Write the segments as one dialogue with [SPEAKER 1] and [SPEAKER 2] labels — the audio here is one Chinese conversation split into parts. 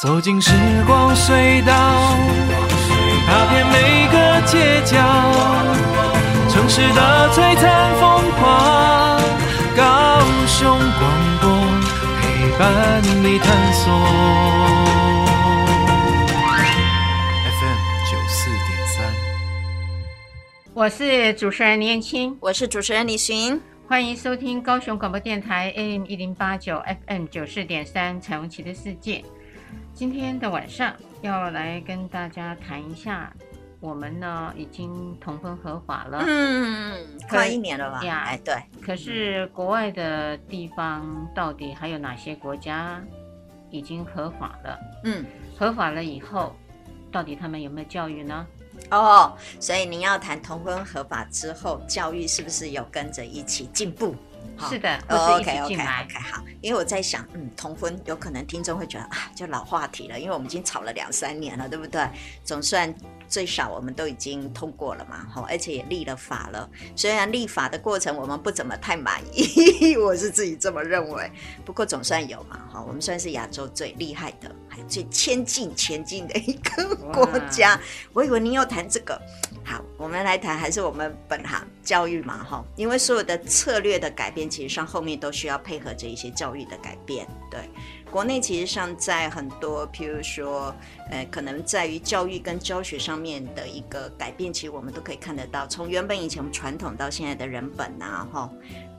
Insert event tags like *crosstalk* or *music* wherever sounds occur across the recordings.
[SPEAKER 1] 走进时光隧道，踏遍每个街角，城市的璀璨风光，高雄广播陪伴你探索。FM 九四点三，
[SPEAKER 2] 我是主持人林燕青，
[SPEAKER 3] 我是主持人李寻。
[SPEAKER 2] 欢迎收听高雄广播电台 AM 一零八九 FM 九四点三《彩虹旗的世界》。今天的晚上要来跟大家谈一下，我们呢已经同婚合法了，
[SPEAKER 3] 嗯，快一年了吧？
[SPEAKER 2] 呀
[SPEAKER 3] 哎，对，
[SPEAKER 2] 可是国外的地方到底还有哪些国家已经合法了？
[SPEAKER 3] 嗯，
[SPEAKER 2] 合法了以后，到底他们有没有教育呢？
[SPEAKER 3] 哦，所以您要谈同婚合法之后，教育是不是有跟着一起进步？好
[SPEAKER 2] 是的，不
[SPEAKER 3] 哦
[SPEAKER 2] 是一
[SPEAKER 3] OK
[SPEAKER 2] 起
[SPEAKER 3] OK
[SPEAKER 2] 进来。
[SPEAKER 3] OK 好，因为我在想，嗯，同婚有可能听众会觉得啊，就老话题了，因为我们已经吵了两三年了，对不对？总算最少我们都已经通过了嘛，哈，而且也立了法了。虽然立法的过程我们不怎么太满意， *laughs* 我是自己这么认为，不过总算有嘛，哈，我们算是亚洲最厉害的，还最先进前进的一个国家。我以为您要谈这个，好，我们来谈还是我们本行教育嘛，哈，因为所有的策略的改变，其实上后面都需要配合着一些教育的改变。对，国内其实上在很多，譬如说，呃，可能在于教育跟教学上面的一个改变，其实我们都可以看得到，从原本以前传统到现在的人本啊，哈，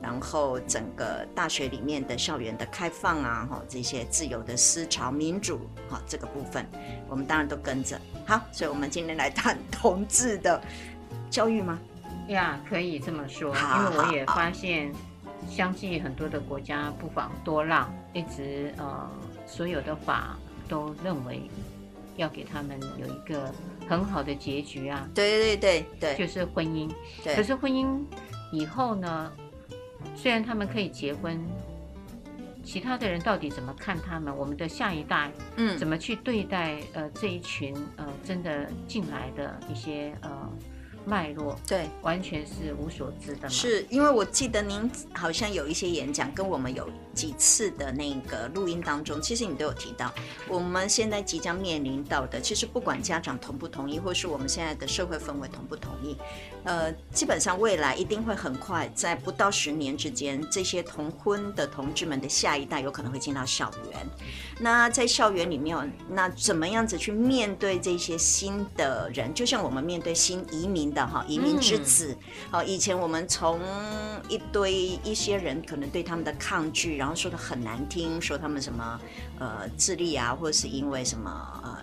[SPEAKER 3] 然后整个大学里面的校园的开放啊，哈，这些自由的思潮、民主，哈，这个部分，我们当然都跟着。好，所以我们今天来谈 *laughs* 同志的教育吗？
[SPEAKER 2] 呀，可以这么说，
[SPEAKER 3] 好
[SPEAKER 2] 因为我也
[SPEAKER 3] 好好
[SPEAKER 2] 发现，相继很多的国家不妨多让，一直呃，所有的法都认为要给他们有一个很好的结局啊，
[SPEAKER 3] 对对对
[SPEAKER 2] 就
[SPEAKER 3] 对
[SPEAKER 2] 是婚姻。可
[SPEAKER 3] 对，
[SPEAKER 2] 是婚姻以后呢，虽然他们可以结婚，其他的人到底怎么看他们？我们的下一代
[SPEAKER 3] 嗯
[SPEAKER 2] 怎么去对待呃这一群呃真的进来的一些呃脉络？
[SPEAKER 3] 对。
[SPEAKER 2] 完全是无所知的嘛。
[SPEAKER 3] 是因为我记得您好像有一些演讲，跟我们有几次的那个录音当中，其实你都有提到，我们现在即将面临到的，其实不管家长同不同意，或是我们现在的社会氛围同不同意，呃，基本上未来一定会很快，在不到十年之间，这些同婚的同志们的下一代有可能会进到校园。那在校园里面，那怎么样子去面对这些新的人？就像我们面对新移民的哈，移民之
[SPEAKER 2] 嗯
[SPEAKER 3] 子。好，以前我们从一堆一些人可能对他们的抗拒，然后说的很难听，说他们什么呃智力啊，或者是因为什么呃，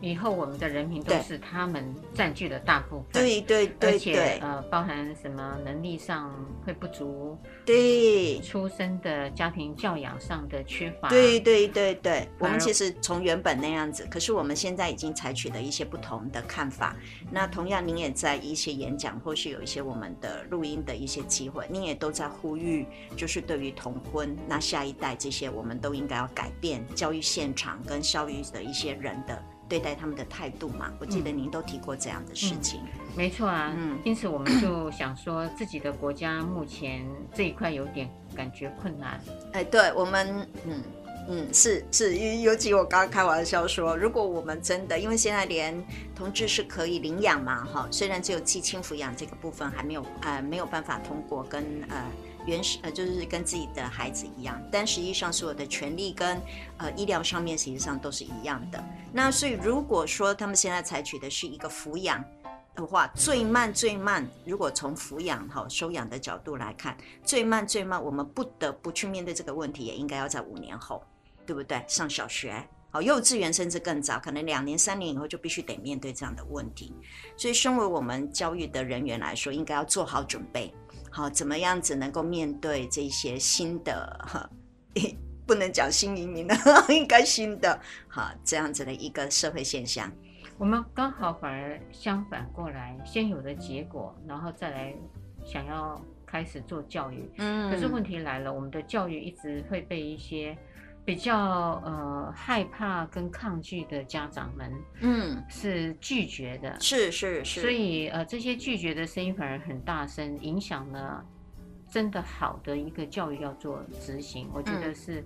[SPEAKER 2] 以后我们的人民都
[SPEAKER 3] 对
[SPEAKER 2] 是他们占据了大部分。。
[SPEAKER 3] 对对
[SPEAKER 2] 而
[SPEAKER 3] 对
[SPEAKER 2] 且
[SPEAKER 3] 对
[SPEAKER 2] 呃，包含什么能力上会不足，
[SPEAKER 3] 对
[SPEAKER 2] 出生的家庭教养上的缺乏，
[SPEAKER 3] 对对对对，我
[SPEAKER 2] 而
[SPEAKER 3] 们其实从原本那样子，可是我们现在已经采取了一些不同的看法。那同样，您也在一些演讲，或是有一些我们的录音的一些机会，您也都在呼吁，就是对于同婚，那下一代这些，我们都应该要改变教育现场跟教育的一些人的对待他们的态度嘛。我记得您都提过这样的事情。
[SPEAKER 2] 没错啊。
[SPEAKER 3] 嗯
[SPEAKER 2] 因此我们就想说，自己的国家目前这一块有点感觉困难。
[SPEAKER 3] 哎，对我们，嗯嗯，是是，尤尤其我刚刚开玩笑说，如果我们真的，因为现在连同志是可以领养嘛，哈，虽然只有寄亲抚养这个部分还没有呃没有办法通过跟呃原始呃就是跟自己的孩子一样，但实际上所有的权利跟呃医疗上面实际上都是一样的。那所以如果说他们现在采取的是一个抚养。的话，最慢最慢，如果从抚养哈收养的角度来看，最慢最慢，我们不得不去面对这个问题，也应该要在五年后，对不对？上小学，好，幼稚园甚至更早，可能两年、三年以后就必须得面对这样的问题。所以，身为我们教育的人员来说，应该要做好准备，好，怎么样子能够面对这些新的，呵不能讲新移民了， *laughs* 应该新的，好，这样子的一个社会现象。
[SPEAKER 2] 我们刚好反而相反过来，先有了结果，然后再来想要开始做教育。
[SPEAKER 3] 嗯
[SPEAKER 2] 可是问题来了，我们的教育一直会被一些比较呃害怕跟抗拒的家长们
[SPEAKER 3] 嗯，
[SPEAKER 2] 是拒绝的，
[SPEAKER 3] 是是是，
[SPEAKER 2] 所以呃这些拒绝的声音反而很大声，影响了真的好的一个教育要做执行。我觉得是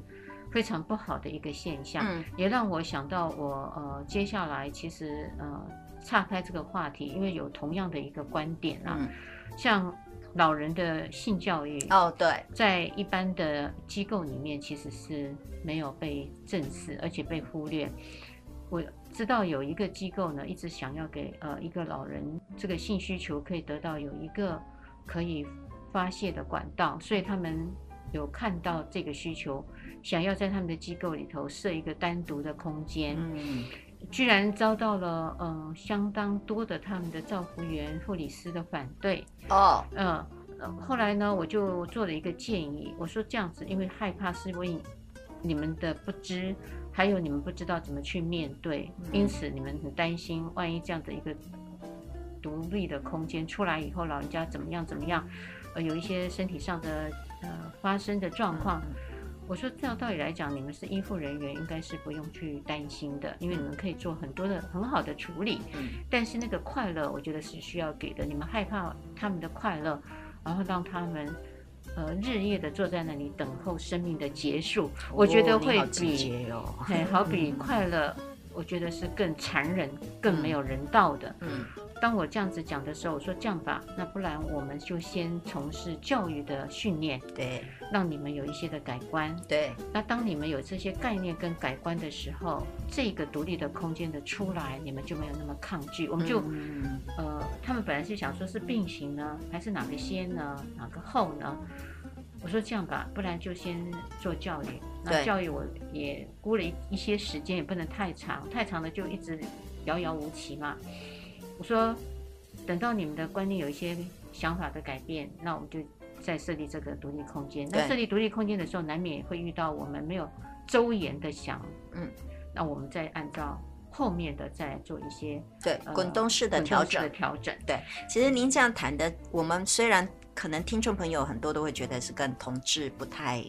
[SPEAKER 2] 非常不好的一个现象，
[SPEAKER 3] 嗯
[SPEAKER 2] 也让我想到我呃接下来其实呃岔开这个话题，因为有同样的一个观点啊，
[SPEAKER 3] 嗯，
[SPEAKER 2] 像老人的性教育
[SPEAKER 3] 哦对，
[SPEAKER 2] 在一般的机构里面其实是没有被正视，而且被忽略。我知道有一个机构呢，一直想要给呃一个老人这个性需求可以得到有一个可以发泄的管道，所以他们有看到这个需求，想要在他们的机构里头设一个单独的空间。
[SPEAKER 3] 嗯
[SPEAKER 2] 居然遭到了呃相当多的他们的照护员、护理师的反对，
[SPEAKER 3] 哦
[SPEAKER 2] 呃，呃后来呢，我就做了一个建议，我说这样子，因为害怕是因为你们的不知，还有你们不知道怎么去面对，因
[SPEAKER 3] 嗯
[SPEAKER 2] 此你们很担心，万一这样的一个独立的空间出来以后，老人家怎么样怎么样，呃，有一些身体上的呃发生的状况。我说，照道理来讲，你们是医护人员，应该是不用去担心的，因为你们可以做很多的很好的处理。
[SPEAKER 3] 嗯
[SPEAKER 2] 但是那个快乐，我觉得是需要给的。你们害怕他们的快乐，然后让他们呃日夜的坐在那里等候生命的结束，我觉得
[SPEAKER 3] 哦你
[SPEAKER 2] 会
[SPEAKER 3] 好直
[SPEAKER 2] 比
[SPEAKER 3] 接哦，
[SPEAKER 2] 哎好比
[SPEAKER 3] 嗯
[SPEAKER 2] 快乐，我觉得是更残忍、更没
[SPEAKER 3] 嗯
[SPEAKER 2] 有人道的。
[SPEAKER 3] 嗯
[SPEAKER 2] 当我这样子讲的时候，我说这样吧，那不然我们就先从事教育的训练，
[SPEAKER 3] 对
[SPEAKER 2] 让你们有一些的改观。
[SPEAKER 3] 对
[SPEAKER 2] 那当你们有这些概念跟改观的时候，这个独立的空间的出来，你们就没有那么抗拒，我们就。
[SPEAKER 3] 嗯
[SPEAKER 2] 呃，他们本来是想说是并行呢，还是哪个先呢，哪个后呢？我说这样吧，不然就先做教育。那
[SPEAKER 3] 对
[SPEAKER 2] 教育我也估了一一些时间，也不能太长，太长了就一直遥遥无期嘛。我说，等到你们的观念有一些想法的改变，那我们就再设立这个独立空间。那
[SPEAKER 3] 对
[SPEAKER 2] 设立独立空间的时候，难免也会遇到我们没有周延的想，
[SPEAKER 3] 嗯，
[SPEAKER 2] 那我们再按照后面的再做一些
[SPEAKER 3] 对
[SPEAKER 2] 呃
[SPEAKER 3] 滚动式的
[SPEAKER 2] 滚动
[SPEAKER 3] 调
[SPEAKER 2] 式的
[SPEAKER 3] 整。
[SPEAKER 2] 调整。
[SPEAKER 3] 其实您这样谈的，我们虽然可能听众朋友很多都会觉得是跟同志不太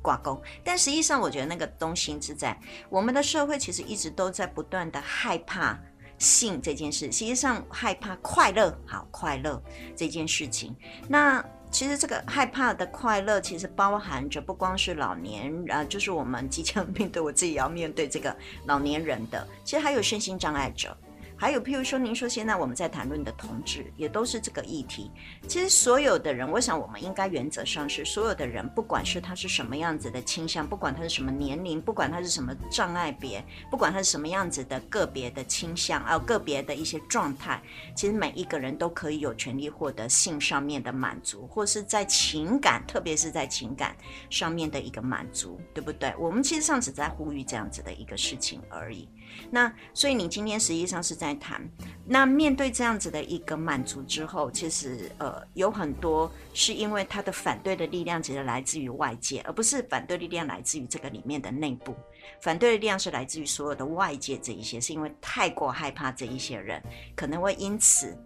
[SPEAKER 3] 挂钩，但实际上我觉得那个东西是在我们的社会其实一直都在不断的害怕。性这件事，实际上害怕快乐，好快乐这件事情。那其实这个害怕的快乐，其实包含着不光是老年，呃，就是我们即将面对，我自己也要面对这个老年人的，其实还有身心障碍者。还有，譬如说，您说现在我们在谈论的同志，也都是这个议题。其实所有的人，我想我们应该原则上是，所有的人，不管是他是什么样子的倾向，不管他是什么年龄，不管他是什么障碍别，不管他是什么样子的个别的倾向，啊，个别的一些状态，其实每一个人都可以有权利获得性上面的满足，或是在情感，特别是在情感上面的一个满足，对不对？我们其实上只在呼吁这样子的一个事情而已。那所以你今天实际上是在谈，那面对这样子的一个满足之后，其实呃有很多是因为他的反对的力量其实来自于外界，而不是反对力量来自于这个里面的内部。反对的力量是来自于所有的外界这一些，是因为太过害怕这一些人可能会因此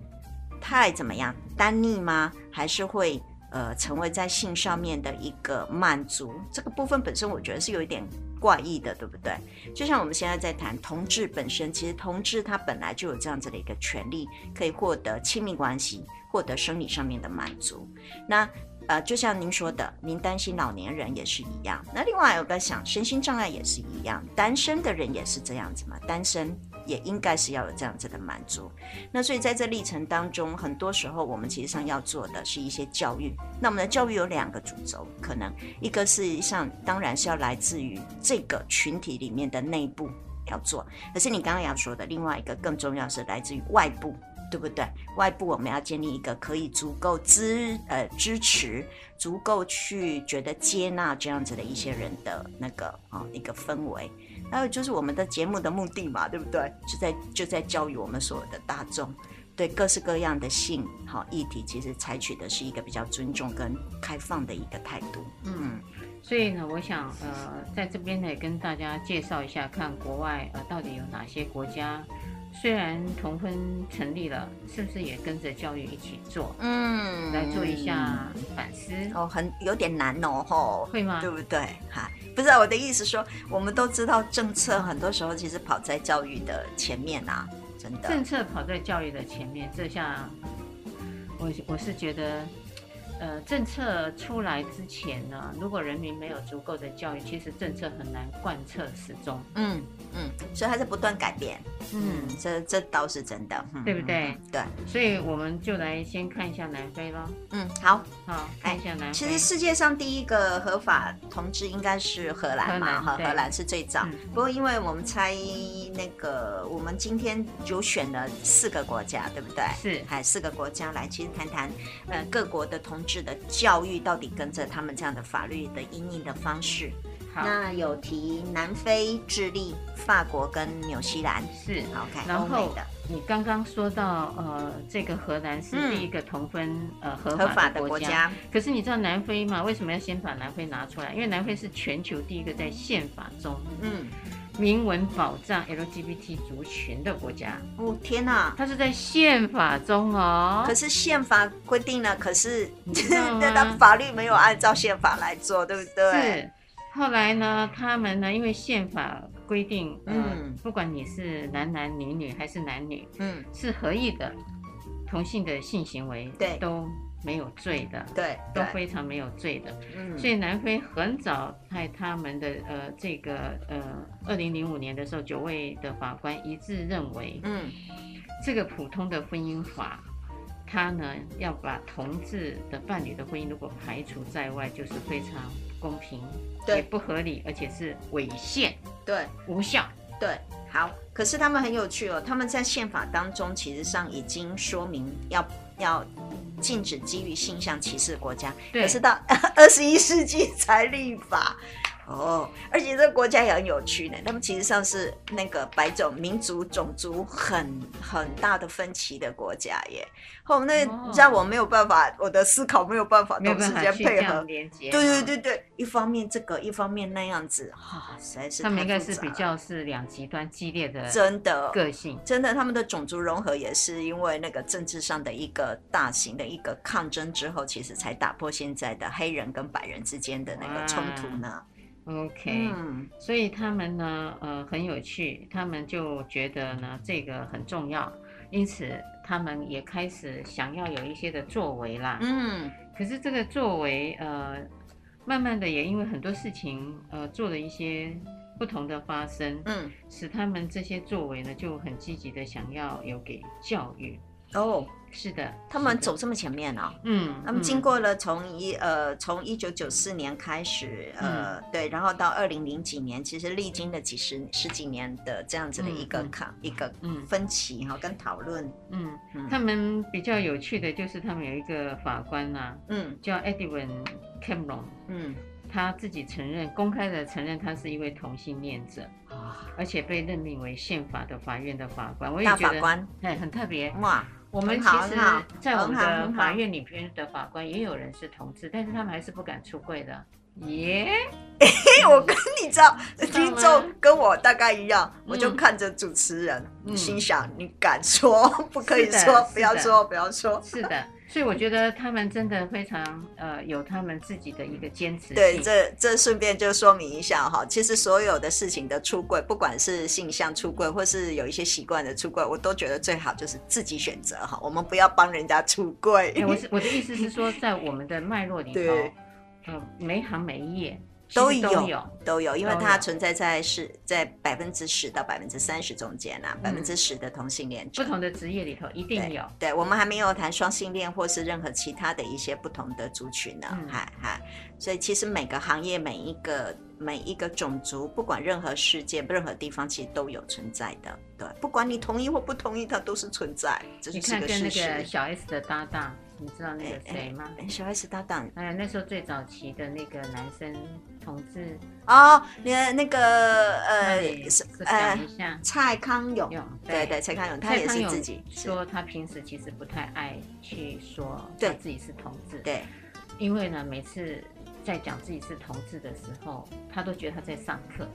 [SPEAKER 3] 太怎么样单逆吗？还是会呃成为在性上面的一个满足？这个部分本身我觉得是有一点怪异的，对不对？就像我们现在在谈同志本身，其实同志他本来就有这样子的一个权利，可以获得亲密关系，获得生理上面的满足。那呃，就像您说的，您担心老年人也是一样。那另外有个想，身心障碍也是一样，单身的人也是这样子嘛，单身也应该是要有这样子的满足。那所以在这历程当中，很多时候我们其实上要做的是一些教育。那我们的教育有两个主轴，可能一个是像当然是要来自于这个群体里面的内部要做，可是你刚刚要说的另外一个更重要是来自于外部。对不对？外部我们要建立一个可以足够支呃支持、足够去觉得接纳这样子的一些人的那个啊、一个氛围，还有就是我们的节目的目的嘛，对不对？就在就在教育我们所有的大众，对各式各样的性好、议题，其实采取的是一个比较尊重跟开放的一个态度。嗯
[SPEAKER 2] 所以呢，我想呃，在这边呢也跟大家介绍一下，看国外呃到底有哪些国家，虽然同婚成立了，是不是也跟着教育一起做，
[SPEAKER 3] 嗯
[SPEAKER 2] 来做一下啊反思，
[SPEAKER 3] 哦，很有点难哦，吼，
[SPEAKER 2] 会吗
[SPEAKER 3] 对？不对？哈，不是、啊、我的意思说，我们都知道政策很多时候其实跑在教育的前面啊，真的。
[SPEAKER 2] 政策跑在教育的前面，这下我我是觉得呃政策出来之前呢，如果人民没有足够的教育，其实政策很难贯彻始终。
[SPEAKER 3] 嗯嗯，所以它是不断改变，
[SPEAKER 2] 嗯，
[SPEAKER 3] 嗯，这这倒是真的，嗯
[SPEAKER 2] 对不对？
[SPEAKER 3] 嗯对，
[SPEAKER 2] 所以我们就来先看一下南非咯。
[SPEAKER 3] 嗯，好。
[SPEAKER 2] 好，看一下南
[SPEAKER 3] 哎其
[SPEAKER 2] 非
[SPEAKER 3] 实。世界上第一个合法同志应该是荷兰嘛，
[SPEAKER 2] 荷兰
[SPEAKER 3] 哈，
[SPEAKER 2] 对
[SPEAKER 3] 荷兰是最早
[SPEAKER 2] 嗯。
[SPEAKER 3] 不过因为我们猜那个，我们今天有选了四个国家，对不对？
[SPEAKER 2] 是
[SPEAKER 3] 哎，四个国家来，其实谈谈，呃，各国的同志的教育到底跟着他们这样的法律的因应的方式。
[SPEAKER 2] 好，
[SPEAKER 3] 那有提南非、智利、法国跟纽西兰。
[SPEAKER 2] 是。
[SPEAKER 3] 好看
[SPEAKER 2] 然
[SPEAKER 3] 欧美
[SPEAKER 2] 后
[SPEAKER 3] 的
[SPEAKER 2] 你刚刚说到，呃，这个荷兰是
[SPEAKER 3] 嗯
[SPEAKER 2] 第一个同分、呃合
[SPEAKER 3] 合
[SPEAKER 2] 法
[SPEAKER 3] 法
[SPEAKER 2] 的
[SPEAKER 3] 的
[SPEAKER 2] 国
[SPEAKER 3] 国
[SPEAKER 2] 家，
[SPEAKER 3] 家，
[SPEAKER 2] 可是你知道南非吗？为什么要先把南非拿出来？因为南非是全球第一个在宪法中
[SPEAKER 3] 嗯，
[SPEAKER 2] 明文保障 LGBT 族群的国家，
[SPEAKER 3] 哦天哪！
[SPEAKER 2] 它是在宪法中哦。
[SPEAKER 3] 可是宪法规定了，可是
[SPEAKER 2] 知道吗
[SPEAKER 3] *laughs* 那他法律没有按照宪法来做，对不对？
[SPEAKER 2] 是，后来呢，他们呢，因为宪法规定，嗯
[SPEAKER 3] 嗯，
[SPEAKER 2] 不管你是男男女女还是男女，
[SPEAKER 3] 嗯，
[SPEAKER 2] 是合意的同性的性行为，
[SPEAKER 3] 对
[SPEAKER 2] 都没有罪的，
[SPEAKER 3] 对
[SPEAKER 2] 都
[SPEAKER 3] 对，
[SPEAKER 2] 非常没有罪的。
[SPEAKER 3] 嗯
[SPEAKER 2] 所以南非很早在他们的呃这个呃二零零五年的时候，九位的法官一致认为，
[SPEAKER 3] 嗯
[SPEAKER 2] 这个普通的婚姻法，它呢要把同志的伴侣的婚姻如果排除在外，就是非常不公平，
[SPEAKER 3] 对
[SPEAKER 2] 也不合理，而且是违宪
[SPEAKER 3] 对
[SPEAKER 2] 无效。
[SPEAKER 3] 对，好。可是他们很有趣哦，他们在宪法当中其实上已经说明要要禁止基于性向歧视的国家，
[SPEAKER 2] 对
[SPEAKER 3] 可是到 *laughs* 二十一世纪才立法。哦，而且这个国家也很有趣呢。他们其实上是那个白种民族种族很很大的分歧的国家耶。哦，那
[SPEAKER 2] 哦
[SPEAKER 3] 你知道我没有办法，我的思考没有办法
[SPEAKER 2] 没有
[SPEAKER 3] 同时
[SPEAKER 2] 办法
[SPEAKER 3] 间
[SPEAKER 2] 去这啊
[SPEAKER 3] 配合
[SPEAKER 2] 样。连接，
[SPEAKER 3] 对对，对对，一方面这个，一方面那样子，哈、实在
[SPEAKER 2] 啊
[SPEAKER 3] 是
[SPEAKER 2] 他们
[SPEAKER 3] 太
[SPEAKER 2] 应该
[SPEAKER 3] 复
[SPEAKER 2] 是
[SPEAKER 3] 杂
[SPEAKER 2] 比
[SPEAKER 3] 了
[SPEAKER 2] 较是两极端激烈的
[SPEAKER 3] 真的
[SPEAKER 2] 个性。
[SPEAKER 3] 真的，他们的种族融合也是因为那个政治上的一个大型的一个抗争之后，其实才打破现在的黑人跟白人之间的那个冲突呢。
[SPEAKER 2] OK，、
[SPEAKER 3] 嗯
[SPEAKER 2] 所以他们呢，呃，很有趣，他们就觉得呢这个很重要，因此他们也开始想要有一些的作为啦。
[SPEAKER 3] 嗯
[SPEAKER 2] 可是这个作为，呃，慢慢的也因为很多事情，呃，做了一些不同的发生，
[SPEAKER 3] 嗯，
[SPEAKER 2] 使他们这些作为呢就很积极的想要有给教育。
[SPEAKER 3] 哦，
[SPEAKER 2] 是的，
[SPEAKER 3] 他们
[SPEAKER 2] 是的，
[SPEAKER 3] 走这么前面哦。
[SPEAKER 2] 嗯，
[SPEAKER 3] 他们经
[SPEAKER 2] 嗯
[SPEAKER 3] 过了从一呃从一九九四年开始，呃、
[SPEAKER 2] 嗯
[SPEAKER 3] 对，然后到二零零几年，其实历经了几十十几年的这样子的一个
[SPEAKER 2] 嗯嗯
[SPEAKER 3] 抗、一个
[SPEAKER 2] 嗯
[SPEAKER 3] 分歧哈、跟讨论，
[SPEAKER 2] 嗯
[SPEAKER 3] 嗯
[SPEAKER 2] 他们比较有趣的就是他们有一个法官呐、啊
[SPEAKER 3] 嗯
[SPEAKER 2] 叫 Edwin Cameron。
[SPEAKER 3] 嗯
[SPEAKER 2] 他自己承认，公开的承认他是一位同性恋者，
[SPEAKER 3] 啊，
[SPEAKER 2] 而且被任命为宪法的法院的法官。我也
[SPEAKER 3] 大
[SPEAKER 2] 觉
[SPEAKER 3] 法
[SPEAKER 2] 得，
[SPEAKER 3] 官
[SPEAKER 2] 哎，很特别。
[SPEAKER 3] 哇，
[SPEAKER 2] 我们
[SPEAKER 3] 很
[SPEAKER 2] 其
[SPEAKER 3] 好
[SPEAKER 2] 实
[SPEAKER 3] 很好，
[SPEAKER 2] 在我们
[SPEAKER 3] 很好
[SPEAKER 2] 的
[SPEAKER 3] 很好
[SPEAKER 2] 法院里边的法官也有人是同志，但是他们还是不敢出柜的。耶，
[SPEAKER 3] 因 *laughs* 为我跟你知道，
[SPEAKER 2] 吗
[SPEAKER 3] 听众跟我大概一样，我就
[SPEAKER 2] 嗯
[SPEAKER 3] 看着主持人，
[SPEAKER 2] 嗯
[SPEAKER 3] 心想你敢说不可以
[SPEAKER 2] 是的
[SPEAKER 3] 说，
[SPEAKER 2] 是
[SPEAKER 3] 不要
[SPEAKER 2] 的
[SPEAKER 3] 说，不要说。
[SPEAKER 2] 是的，所以我觉得他们真的非常呃有他们自己的一个坚持性。
[SPEAKER 3] 对，这这顺便就说明一下哈，其实所有的事情的出柜，不管是性向出柜，或是有一些习惯的出柜，我都觉得最好就是自己选择哈，我们不要帮人家出柜。
[SPEAKER 2] 哎我是我的意思是说，在我们的脉络里头
[SPEAKER 3] 对，
[SPEAKER 2] 呃，每行每业其实
[SPEAKER 3] 都
[SPEAKER 2] 都
[SPEAKER 3] 有
[SPEAKER 2] 有。
[SPEAKER 3] *laughs* 都有，因为
[SPEAKER 2] 都
[SPEAKER 3] 它
[SPEAKER 2] 有
[SPEAKER 3] 存在在是在百分之十到百分之三十中间啊，百
[SPEAKER 2] 嗯
[SPEAKER 3] 分之十的同性恋者
[SPEAKER 2] 不。同的职业里头一定有，
[SPEAKER 3] 对，我们还没有谈双性恋或是任何其他的一些不同的族群呢
[SPEAKER 2] 嗯，
[SPEAKER 3] 还还、所以其实每个行业、每一个每一个种族，不管任何世界、任何地方，其实都有存在的。对，不管你同意或不同意，它都是存在，这
[SPEAKER 2] 你
[SPEAKER 3] 是
[SPEAKER 2] 看
[SPEAKER 3] 个
[SPEAKER 2] 跟那
[SPEAKER 3] 事实。
[SPEAKER 2] 个小 S 的搭档，你知道那个谁吗？
[SPEAKER 3] 哎小 S 搭档
[SPEAKER 2] 哎，那时候最早期的那个男生同志，
[SPEAKER 3] 哦，你的那个
[SPEAKER 2] 那
[SPEAKER 3] 呃
[SPEAKER 2] 你
[SPEAKER 3] 是呃
[SPEAKER 2] 讲一下，
[SPEAKER 3] 蔡康永，
[SPEAKER 2] 用
[SPEAKER 3] 对对，蔡康永，他
[SPEAKER 2] 蔡
[SPEAKER 3] 也
[SPEAKER 2] 康
[SPEAKER 3] 是
[SPEAKER 2] 永
[SPEAKER 3] 自己是
[SPEAKER 2] 说他平时其实不太爱去说
[SPEAKER 3] 对
[SPEAKER 2] 他自己是同志，， *laughs*
[SPEAKER 3] 对
[SPEAKER 2] 因为呢每次。在讲自己是同志的时候，他都觉得他在上
[SPEAKER 3] *laughs*
[SPEAKER 2] 课，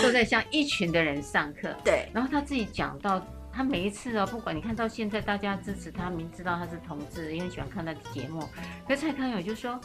[SPEAKER 2] 都在向一群的人上课。
[SPEAKER 3] 对
[SPEAKER 2] 然后他自己讲到，他每一次哦，不管你看到现在大家支持他，明知道他是同志，也很喜欢看他的节目，可是蔡康永就说，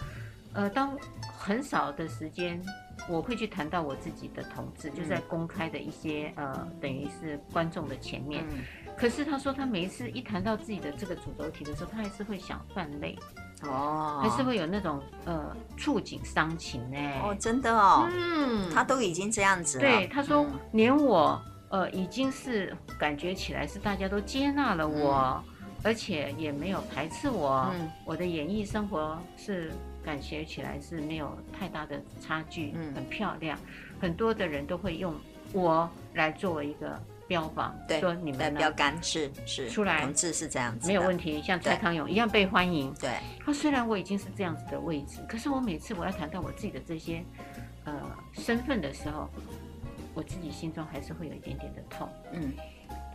[SPEAKER 2] 呃，当很少的时间，我会去谈到我自己的同
[SPEAKER 3] 嗯
[SPEAKER 2] 志，就在公开的一些呃，等于是观众的前面。
[SPEAKER 3] 嗯，
[SPEAKER 2] 可是他说，他每一次一谈到自己的这个主轴题的时候，他还是会想泛泪，
[SPEAKER 3] 哦，
[SPEAKER 2] 还是会有那种呃触景伤情呢、
[SPEAKER 3] 哦，真的哦，
[SPEAKER 2] 嗯
[SPEAKER 3] 他都已经这样子了。
[SPEAKER 2] 对，他说
[SPEAKER 3] 嗯
[SPEAKER 2] 连我呃已经是感觉起来是大家都接纳了我，而且也没有排斥我，
[SPEAKER 3] 嗯
[SPEAKER 2] 我的演艺生活是感觉起来是没有太大的差距，
[SPEAKER 3] 嗯
[SPEAKER 2] 很漂亮，很多的人都会用我来作为一个标榜，
[SPEAKER 3] 对
[SPEAKER 2] 说你
[SPEAKER 3] 对
[SPEAKER 2] 们呢
[SPEAKER 3] 标杆是是
[SPEAKER 2] 出来
[SPEAKER 3] 同志是这样子的，
[SPEAKER 2] 没有问题，像蔡
[SPEAKER 3] 对
[SPEAKER 2] 康永一样被欢迎。
[SPEAKER 3] 对，
[SPEAKER 2] 他虽然我已经是这样子的位置，可是我每次我要谈到我自己的这些呃身份的时候，我自己心中还是会有一点点的痛。
[SPEAKER 3] 嗯，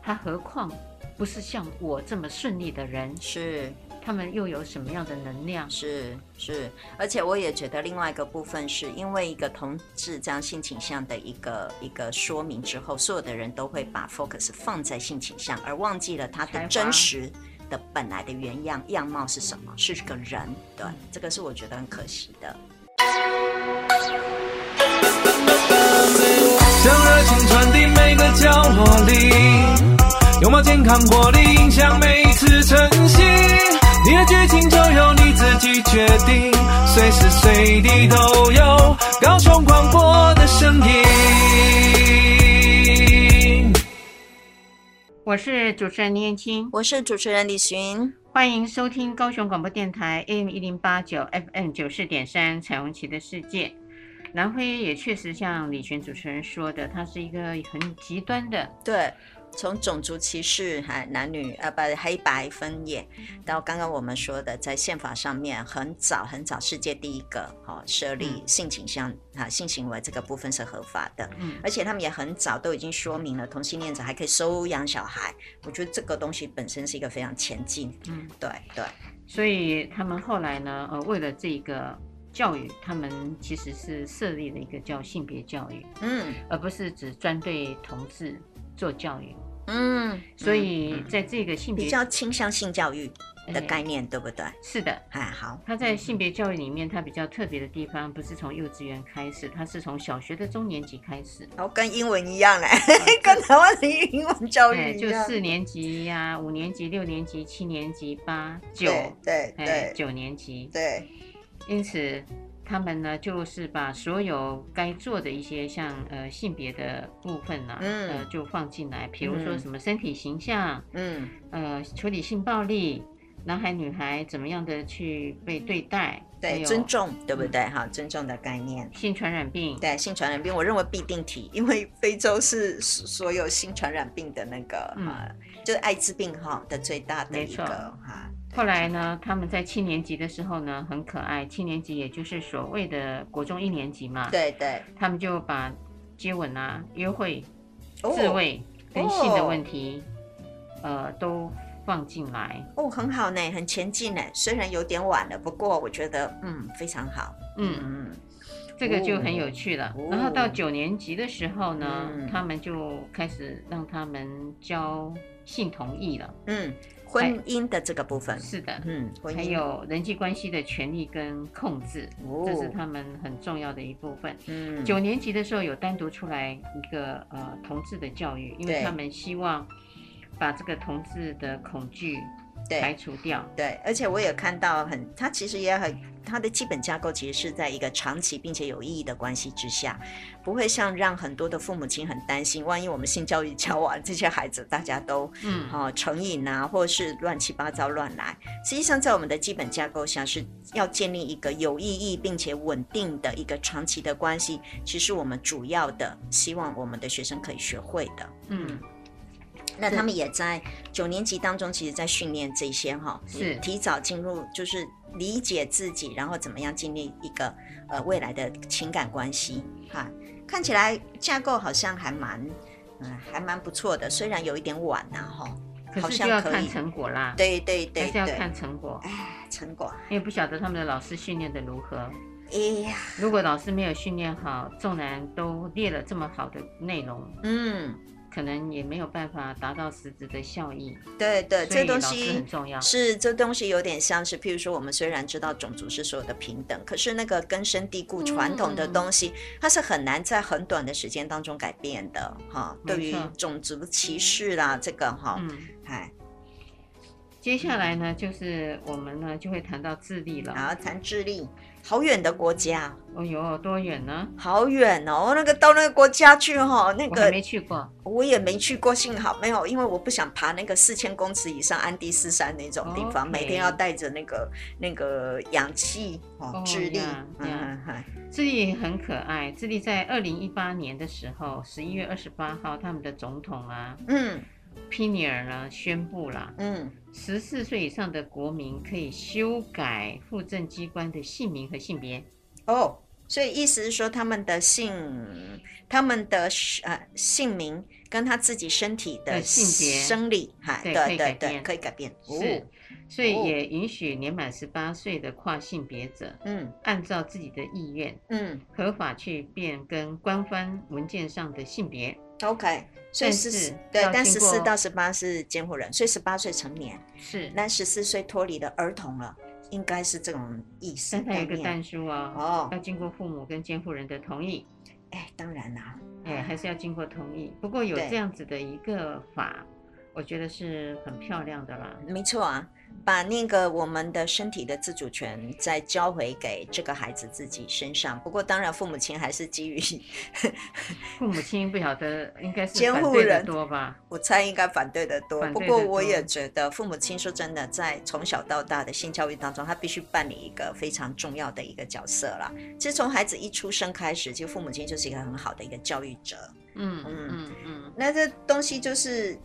[SPEAKER 2] 他何况不是像我这么顺利的人，
[SPEAKER 3] 是
[SPEAKER 2] 他们又有什么样的能量？
[SPEAKER 3] 是是，而且我也觉得另外一个部分是因为一个同志这样性倾向的一个一个说明之后，所有的人都会把 focus 放在性倾向，而忘记了他
[SPEAKER 2] 才
[SPEAKER 3] 的
[SPEAKER 2] 华
[SPEAKER 3] 真实的本来的原样样貌是什么，是个人。对，
[SPEAKER 2] 嗯
[SPEAKER 3] 这个是我觉得很可惜的。
[SPEAKER 1] 将热情传递每个角落里，拥抱健康活力，影响每次晨曦。你的剧情就由你自己决定，随时随地都有高雄广播的身影。
[SPEAKER 2] 我是主持人林燕青，
[SPEAKER 3] 我是主持人李寻，
[SPEAKER 2] 欢迎收听高雄广播电台 AM 一零八九 FM 九四点三《彩虹旗的世界》。南辉也确实像李璇主持人说的，他是一个很极端的
[SPEAKER 3] 对，从种族歧视还男女呃不黑白分野，
[SPEAKER 2] 嗯
[SPEAKER 3] 到刚刚我们说的，在宪法上面很早很早，世界第一个哦设立性倾向啊性行为这个部分是合法的，
[SPEAKER 2] 嗯
[SPEAKER 3] 而且他们也很早都已经说明了同性恋者还可以收养小孩，我觉得这个东西本身是一个非常前进，
[SPEAKER 2] 嗯，
[SPEAKER 3] 对对，
[SPEAKER 2] 所以他们后来呢，呃，为了这个教育，他们其实是设立了一个叫性别教育，
[SPEAKER 3] 嗯
[SPEAKER 2] 而不是只专对同志做教育。
[SPEAKER 3] 嗯，
[SPEAKER 2] 所以
[SPEAKER 3] 嗯嗯
[SPEAKER 2] 在这个性别
[SPEAKER 3] 比较倾向性教育的
[SPEAKER 2] 哎
[SPEAKER 3] 概念，对不对？
[SPEAKER 2] 是的，
[SPEAKER 3] 哎，好，
[SPEAKER 2] 他在性别教育里面，他比较特别的地方，不是从幼稚园开始，他是从小学的中年级开始，
[SPEAKER 3] 然后跟英文一样哎、 *laughs* 跟台湾的英文教
[SPEAKER 2] 哦哎，
[SPEAKER 3] 育一
[SPEAKER 2] 就
[SPEAKER 3] 样。
[SPEAKER 2] 四年级呀、五年级、六年级、七年级、八九，
[SPEAKER 3] 对对
[SPEAKER 2] 哎，
[SPEAKER 3] 对
[SPEAKER 2] 九年级，
[SPEAKER 3] 对，
[SPEAKER 2] 因此，他们呢就是把所有该做的一些像呃性别的部分呢、
[SPEAKER 3] 嗯
[SPEAKER 2] 呃就放进来，比如说
[SPEAKER 3] 嗯
[SPEAKER 2] 什么身体形象，
[SPEAKER 3] 嗯
[SPEAKER 2] 呃处理性暴力，男孩女孩怎么样的去被对待，还
[SPEAKER 3] 对，
[SPEAKER 2] 有
[SPEAKER 3] 尊重对不对？哈，尊重的概念。
[SPEAKER 2] 性传染病，
[SPEAKER 3] 对性传染病，我认为必定提，因为非洲是所所有性传染病的那个
[SPEAKER 2] 嗯
[SPEAKER 3] 啊，就是艾滋病哈的最大的
[SPEAKER 2] 没
[SPEAKER 3] 一
[SPEAKER 2] 错
[SPEAKER 3] 个哈。对
[SPEAKER 2] 后来呢，他们在七年级的时候呢，很可爱。七年级也就是所谓的国中一年级嘛，
[SPEAKER 3] 对对，
[SPEAKER 2] 他们就把接吻啊、约会、
[SPEAKER 3] 哦
[SPEAKER 2] 自慰跟性的问题，呃，都放进来。
[SPEAKER 3] 哦，很好呢，很前进呢。虽然有点晚了，不过我觉得嗯非常好。
[SPEAKER 2] 嗯，
[SPEAKER 3] 嗯
[SPEAKER 2] 这个就很有趣了。
[SPEAKER 3] 哦
[SPEAKER 2] 然后到九年级的时候呢，
[SPEAKER 3] 嗯
[SPEAKER 2] 他们就开始让他们教性同意了。
[SPEAKER 3] 嗯，婚姻的这个部分，
[SPEAKER 2] 是的，
[SPEAKER 3] 嗯，婚姻
[SPEAKER 2] 哎还有人际关系的权利跟控制，
[SPEAKER 3] 哦
[SPEAKER 2] 这是他们很重要的一部分。
[SPEAKER 3] 嗯
[SPEAKER 2] 九年级的时候有单独出来一个呃同志的教育，因为
[SPEAKER 3] 对
[SPEAKER 2] 他们希望把这个同志的恐惧
[SPEAKER 3] 对
[SPEAKER 2] 排除掉。
[SPEAKER 3] 对，而且我也看到很，它其实也很，它的基本架构其实是在一个长期并且有意义的关系之下，不会像让很多的父母亲很担心，万一我们性教育教完这些孩子，大家都
[SPEAKER 2] 嗯，
[SPEAKER 3] 哦成瘾啊，或是乱七八糟乱来。实际上，在我们的基本架构下，是要建立一个有意义并且稳定的一个长期的关系，其实我们主要的希望我们的学生可以学会的。
[SPEAKER 2] 嗯，
[SPEAKER 3] 那
[SPEAKER 2] 对
[SPEAKER 3] 他们也在九年级当中，其实在训练这些哈，
[SPEAKER 2] 是
[SPEAKER 3] 提早进入，就是理解自己，然后怎么样建立一个呃未来的情感关系哈。看起来架构好像还蛮，嗯、还蛮不错的，虽然有一点晚呐、哈，
[SPEAKER 2] 可
[SPEAKER 3] 好
[SPEAKER 2] 是就
[SPEAKER 3] 像
[SPEAKER 2] 要
[SPEAKER 3] 可
[SPEAKER 2] 看
[SPEAKER 3] 以
[SPEAKER 2] 成果啦，
[SPEAKER 3] 对对对
[SPEAKER 2] 还是要
[SPEAKER 3] 对，
[SPEAKER 2] 看成果，
[SPEAKER 3] 哎，成果，
[SPEAKER 2] 因为不晓得他们的老师训练的如何。
[SPEAKER 3] 哎呀，
[SPEAKER 2] 如果老师没有训练好，纵然都列了这么好的内容，
[SPEAKER 3] 嗯，
[SPEAKER 2] 可能也没有办法达到实质的效益。
[SPEAKER 3] 对对，
[SPEAKER 2] 所以
[SPEAKER 3] 呃这东
[SPEAKER 2] 老师
[SPEAKER 3] 西
[SPEAKER 2] 很重要。
[SPEAKER 3] 是这东西有点像是，譬如说，我们虽然知道种族是所有的平等，可是那个根深蒂固传统的东
[SPEAKER 2] 嗯
[SPEAKER 3] 西，它是很难在很短的时间当中改变的哈。
[SPEAKER 2] 没
[SPEAKER 3] 对
[SPEAKER 2] 错
[SPEAKER 3] 于种族歧视啦，这个哈，
[SPEAKER 2] 嗯，
[SPEAKER 3] 哎，
[SPEAKER 2] 接下来呢，就是我们呢就会谈到智力
[SPEAKER 3] 然
[SPEAKER 2] 了。
[SPEAKER 3] 后谈智利，好远的国家，
[SPEAKER 2] 哦哟，多远呢？
[SPEAKER 3] 好远哦，那个到那个国家去哈，那
[SPEAKER 2] 我还
[SPEAKER 3] 个
[SPEAKER 2] 没去过。
[SPEAKER 3] 我也没去过，幸好没有，因为我不想爬那个四千公尺以上安第斯山那种地方
[SPEAKER 2] 哦 OK
[SPEAKER 3] 每天要带着那个那个氧气哦
[SPEAKER 2] 哦，
[SPEAKER 3] 智力
[SPEAKER 2] 呀
[SPEAKER 3] 嗯
[SPEAKER 2] 呀
[SPEAKER 3] 嗯嗯，
[SPEAKER 2] 智利很可爱。智利在二零一八年的时候，十一月二十八号，他们的总统啊，
[SPEAKER 3] 嗯
[SPEAKER 2] 皮尼尔呢宣布啦，
[SPEAKER 3] 嗯，
[SPEAKER 2] 十四岁以上的国民可以修改户政机关的姓名和性别。
[SPEAKER 3] 哦，所以意思是说他们的姓，他们的呃姓名跟他自己身体的
[SPEAKER 2] 对性别
[SPEAKER 3] 生理，哈，
[SPEAKER 2] 对
[SPEAKER 3] 对
[SPEAKER 2] 可以改
[SPEAKER 3] 对对，
[SPEAKER 2] 变
[SPEAKER 3] 可以改变，哦，
[SPEAKER 2] 是，所以
[SPEAKER 3] 哦
[SPEAKER 2] 也允许年满十八岁的跨性别者
[SPEAKER 3] 嗯
[SPEAKER 2] 按照自己的意愿
[SPEAKER 3] 嗯
[SPEAKER 2] 合法去变更官方文件上的性别。
[SPEAKER 3] ，OK。所以
[SPEAKER 2] 但
[SPEAKER 3] 十
[SPEAKER 2] 是
[SPEAKER 3] 四对
[SPEAKER 2] 要，
[SPEAKER 3] 但
[SPEAKER 2] 经
[SPEAKER 3] 十四
[SPEAKER 2] 过
[SPEAKER 3] 到十八是监护人，所以十八岁成年，
[SPEAKER 2] 是，
[SPEAKER 3] 那十四岁脱离了儿童了，应该是这种意思
[SPEAKER 2] 但它有
[SPEAKER 3] 概
[SPEAKER 2] 一个
[SPEAKER 3] 念。
[SPEAKER 2] 但书啊、
[SPEAKER 3] 哦
[SPEAKER 2] 要经过父母跟监护人的同意，
[SPEAKER 3] 哎，当然啦，
[SPEAKER 2] 哎，还是要经过同意。不过有
[SPEAKER 3] 对
[SPEAKER 2] 这样子的一个法，我觉得是很漂亮的啦。
[SPEAKER 3] 没错啊，把那个我们的身体的自主权再交回给这个孩子自己身上。不过，当然父母亲还是基于，
[SPEAKER 2] 父母亲不晓得应该是
[SPEAKER 3] 监
[SPEAKER 2] 反
[SPEAKER 3] 护
[SPEAKER 2] 对的
[SPEAKER 3] 人
[SPEAKER 2] 多吧？
[SPEAKER 3] 我猜应该反对的多。
[SPEAKER 2] 反
[SPEAKER 3] 不
[SPEAKER 2] 对
[SPEAKER 3] 过，
[SPEAKER 2] 得
[SPEAKER 3] 我
[SPEAKER 2] 多
[SPEAKER 3] 也觉得父母亲说真的，在从小到大的性教育当中，他必须扮演一个非常重要的一个角色啦。其实从孩子一出生开始，其实父母亲就是一个很好的一个教育者。
[SPEAKER 2] 嗯
[SPEAKER 3] 嗯
[SPEAKER 2] 嗯嗯，
[SPEAKER 3] 那这东西就是，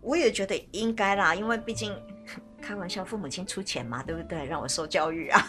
[SPEAKER 3] 我也觉得应该啦，因为毕竟开玩笑，父母亲出钱嘛，对不对？让我受教育啊，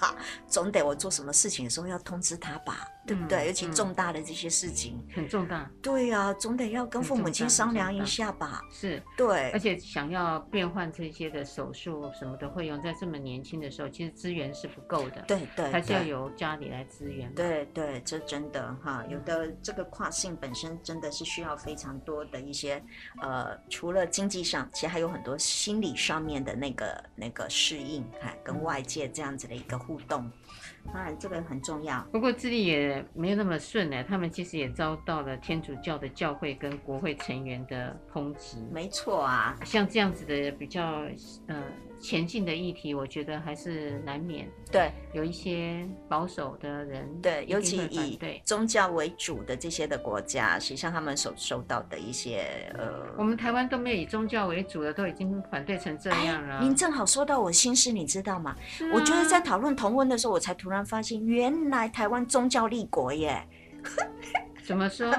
[SPEAKER 3] 总得我做什么事情的时候要通知他吧，对不对？
[SPEAKER 2] 嗯
[SPEAKER 3] 尤其
[SPEAKER 2] 嗯
[SPEAKER 3] 重大的这些事情，
[SPEAKER 2] 很重大，
[SPEAKER 3] 对呀、啊，总得要跟
[SPEAKER 2] 很
[SPEAKER 3] 父母
[SPEAKER 2] 重
[SPEAKER 3] 亲
[SPEAKER 2] 大
[SPEAKER 3] 商
[SPEAKER 2] 很
[SPEAKER 3] 量
[SPEAKER 2] 重
[SPEAKER 3] 一
[SPEAKER 2] 大
[SPEAKER 3] 下吧。
[SPEAKER 2] 是。而
[SPEAKER 3] 对，
[SPEAKER 2] 且想要变换这些的手术什么的费用，在这么年轻的时候，其实资源是不够的，
[SPEAKER 3] 对对，
[SPEAKER 2] 还是要
[SPEAKER 3] 对
[SPEAKER 2] 由家里来支援嘛。
[SPEAKER 3] 对对，这真的哈，有的这个跨性本身真的是需要非常多的一些，呃，除了经济上，其实还有很多心理上面的那个那个适应，哈，跟
[SPEAKER 2] 嗯
[SPEAKER 3] 外界这样子的一个互动，当然这个很重要。
[SPEAKER 2] 不过智利也没有那么顺欸呢，他们其实也遭到了天主教的教会跟国会成员的抨击。
[SPEAKER 3] 没错啊，
[SPEAKER 2] 像这样子的比较呃前进的议题，我觉得还是难免
[SPEAKER 3] 对
[SPEAKER 2] 有一些保守的人
[SPEAKER 3] 对，尤
[SPEAKER 2] 一定
[SPEAKER 3] 其
[SPEAKER 2] 会反
[SPEAKER 3] 以
[SPEAKER 2] 对。
[SPEAKER 3] 宗教为主的这些的国家，实际上他们所受到的一些呃
[SPEAKER 2] 我们台湾都没有以宗教为主的，都已经反对成这样了。
[SPEAKER 3] 哎您正好说到我心事，你知道吗？
[SPEAKER 2] 是
[SPEAKER 3] 我觉得
[SPEAKER 2] 啊
[SPEAKER 3] 在讨论同婚的时候，我才突然发现，原来台湾宗教立国耶。
[SPEAKER 2] 怎么
[SPEAKER 3] *laughs*
[SPEAKER 2] 说？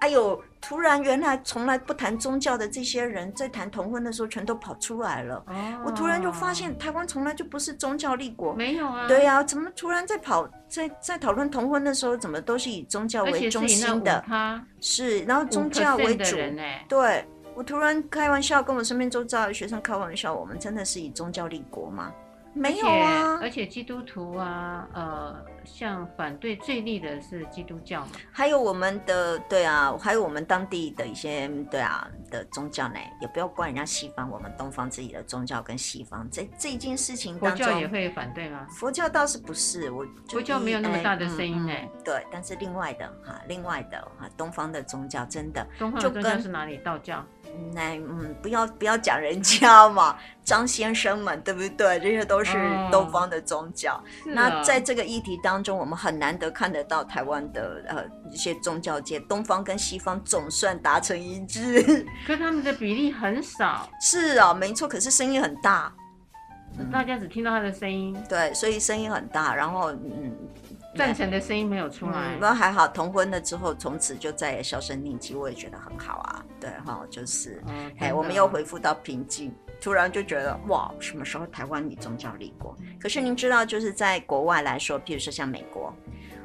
[SPEAKER 3] 哎呦，突然原来从来不谈宗教的这些人，在谈同婚的时候，全都跑出来了。
[SPEAKER 2] 哦，
[SPEAKER 3] 我突然就发现，台湾从来就不是宗教立国。
[SPEAKER 2] 没有啊。
[SPEAKER 3] 对呀、怎么突然在跑在在讨论同婚的时候，怎么都是以宗教
[SPEAKER 2] 而且
[SPEAKER 3] 为中
[SPEAKER 2] 是以那
[SPEAKER 3] 心的？
[SPEAKER 2] 他
[SPEAKER 3] 是，然后宗教为主。
[SPEAKER 2] 人哎、
[SPEAKER 3] 对，我突然开玩笑，跟我身边周遭的学生开玩笑，我们真的是以宗教立国吗？没有啊
[SPEAKER 2] 而且，而且基督徒啊，呃，像反对最厉的是基督教嘛，
[SPEAKER 3] 还有我们的对啊，还有我们当地的一些对啊的宗教呢，也不要怪人家西方，我们东方自己的宗教跟西方这这一件事情
[SPEAKER 2] 佛
[SPEAKER 3] 当中，
[SPEAKER 2] 教也会反对吗？
[SPEAKER 3] 佛教倒是不是我就
[SPEAKER 2] 佛教没有那么大的声音欸呢、
[SPEAKER 3] 哎嗯嗯对，但是另外的哈，另外的哈，东方的宗教真的
[SPEAKER 2] 东方的
[SPEAKER 3] 就
[SPEAKER 2] 宗教
[SPEAKER 3] 跟
[SPEAKER 2] 是哪里？道教。
[SPEAKER 3] 那嗯，不要不要讲人家嘛，张先生们对不对？这些都是
[SPEAKER 2] 哦
[SPEAKER 3] 东方的宗教。
[SPEAKER 2] 是
[SPEAKER 3] 那
[SPEAKER 2] 啊
[SPEAKER 3] 在这个议题当中，我们很难得看得到台湾的呃一些宗教界，东方跟西方总算达成一致。 *laughs*
[SPEAKER 2] 可是他们的比例很少，
[SPEAKER 3] 是啊，没错，可是声音很大，嗯
[SPEAKER 2] 大家只听到他的声音，
[SPEAKER 3] 对，所以声音很大。然后嗯，
[SPEAKER 2] 赞成的声音没有出来哦
[SPEAKER 3] 嗯，。那还好，同婚了之后，从此就再也销声匿迹，我也觉得很好啊。对哈、就是
[SPEAKER 2] 嗯
[SPEAKER 3] 哎，我们又回复到平静，突然就觉得哇，什么时候台湾以宗教立国？可是您知道，就是在国外来说，譬如说像美国，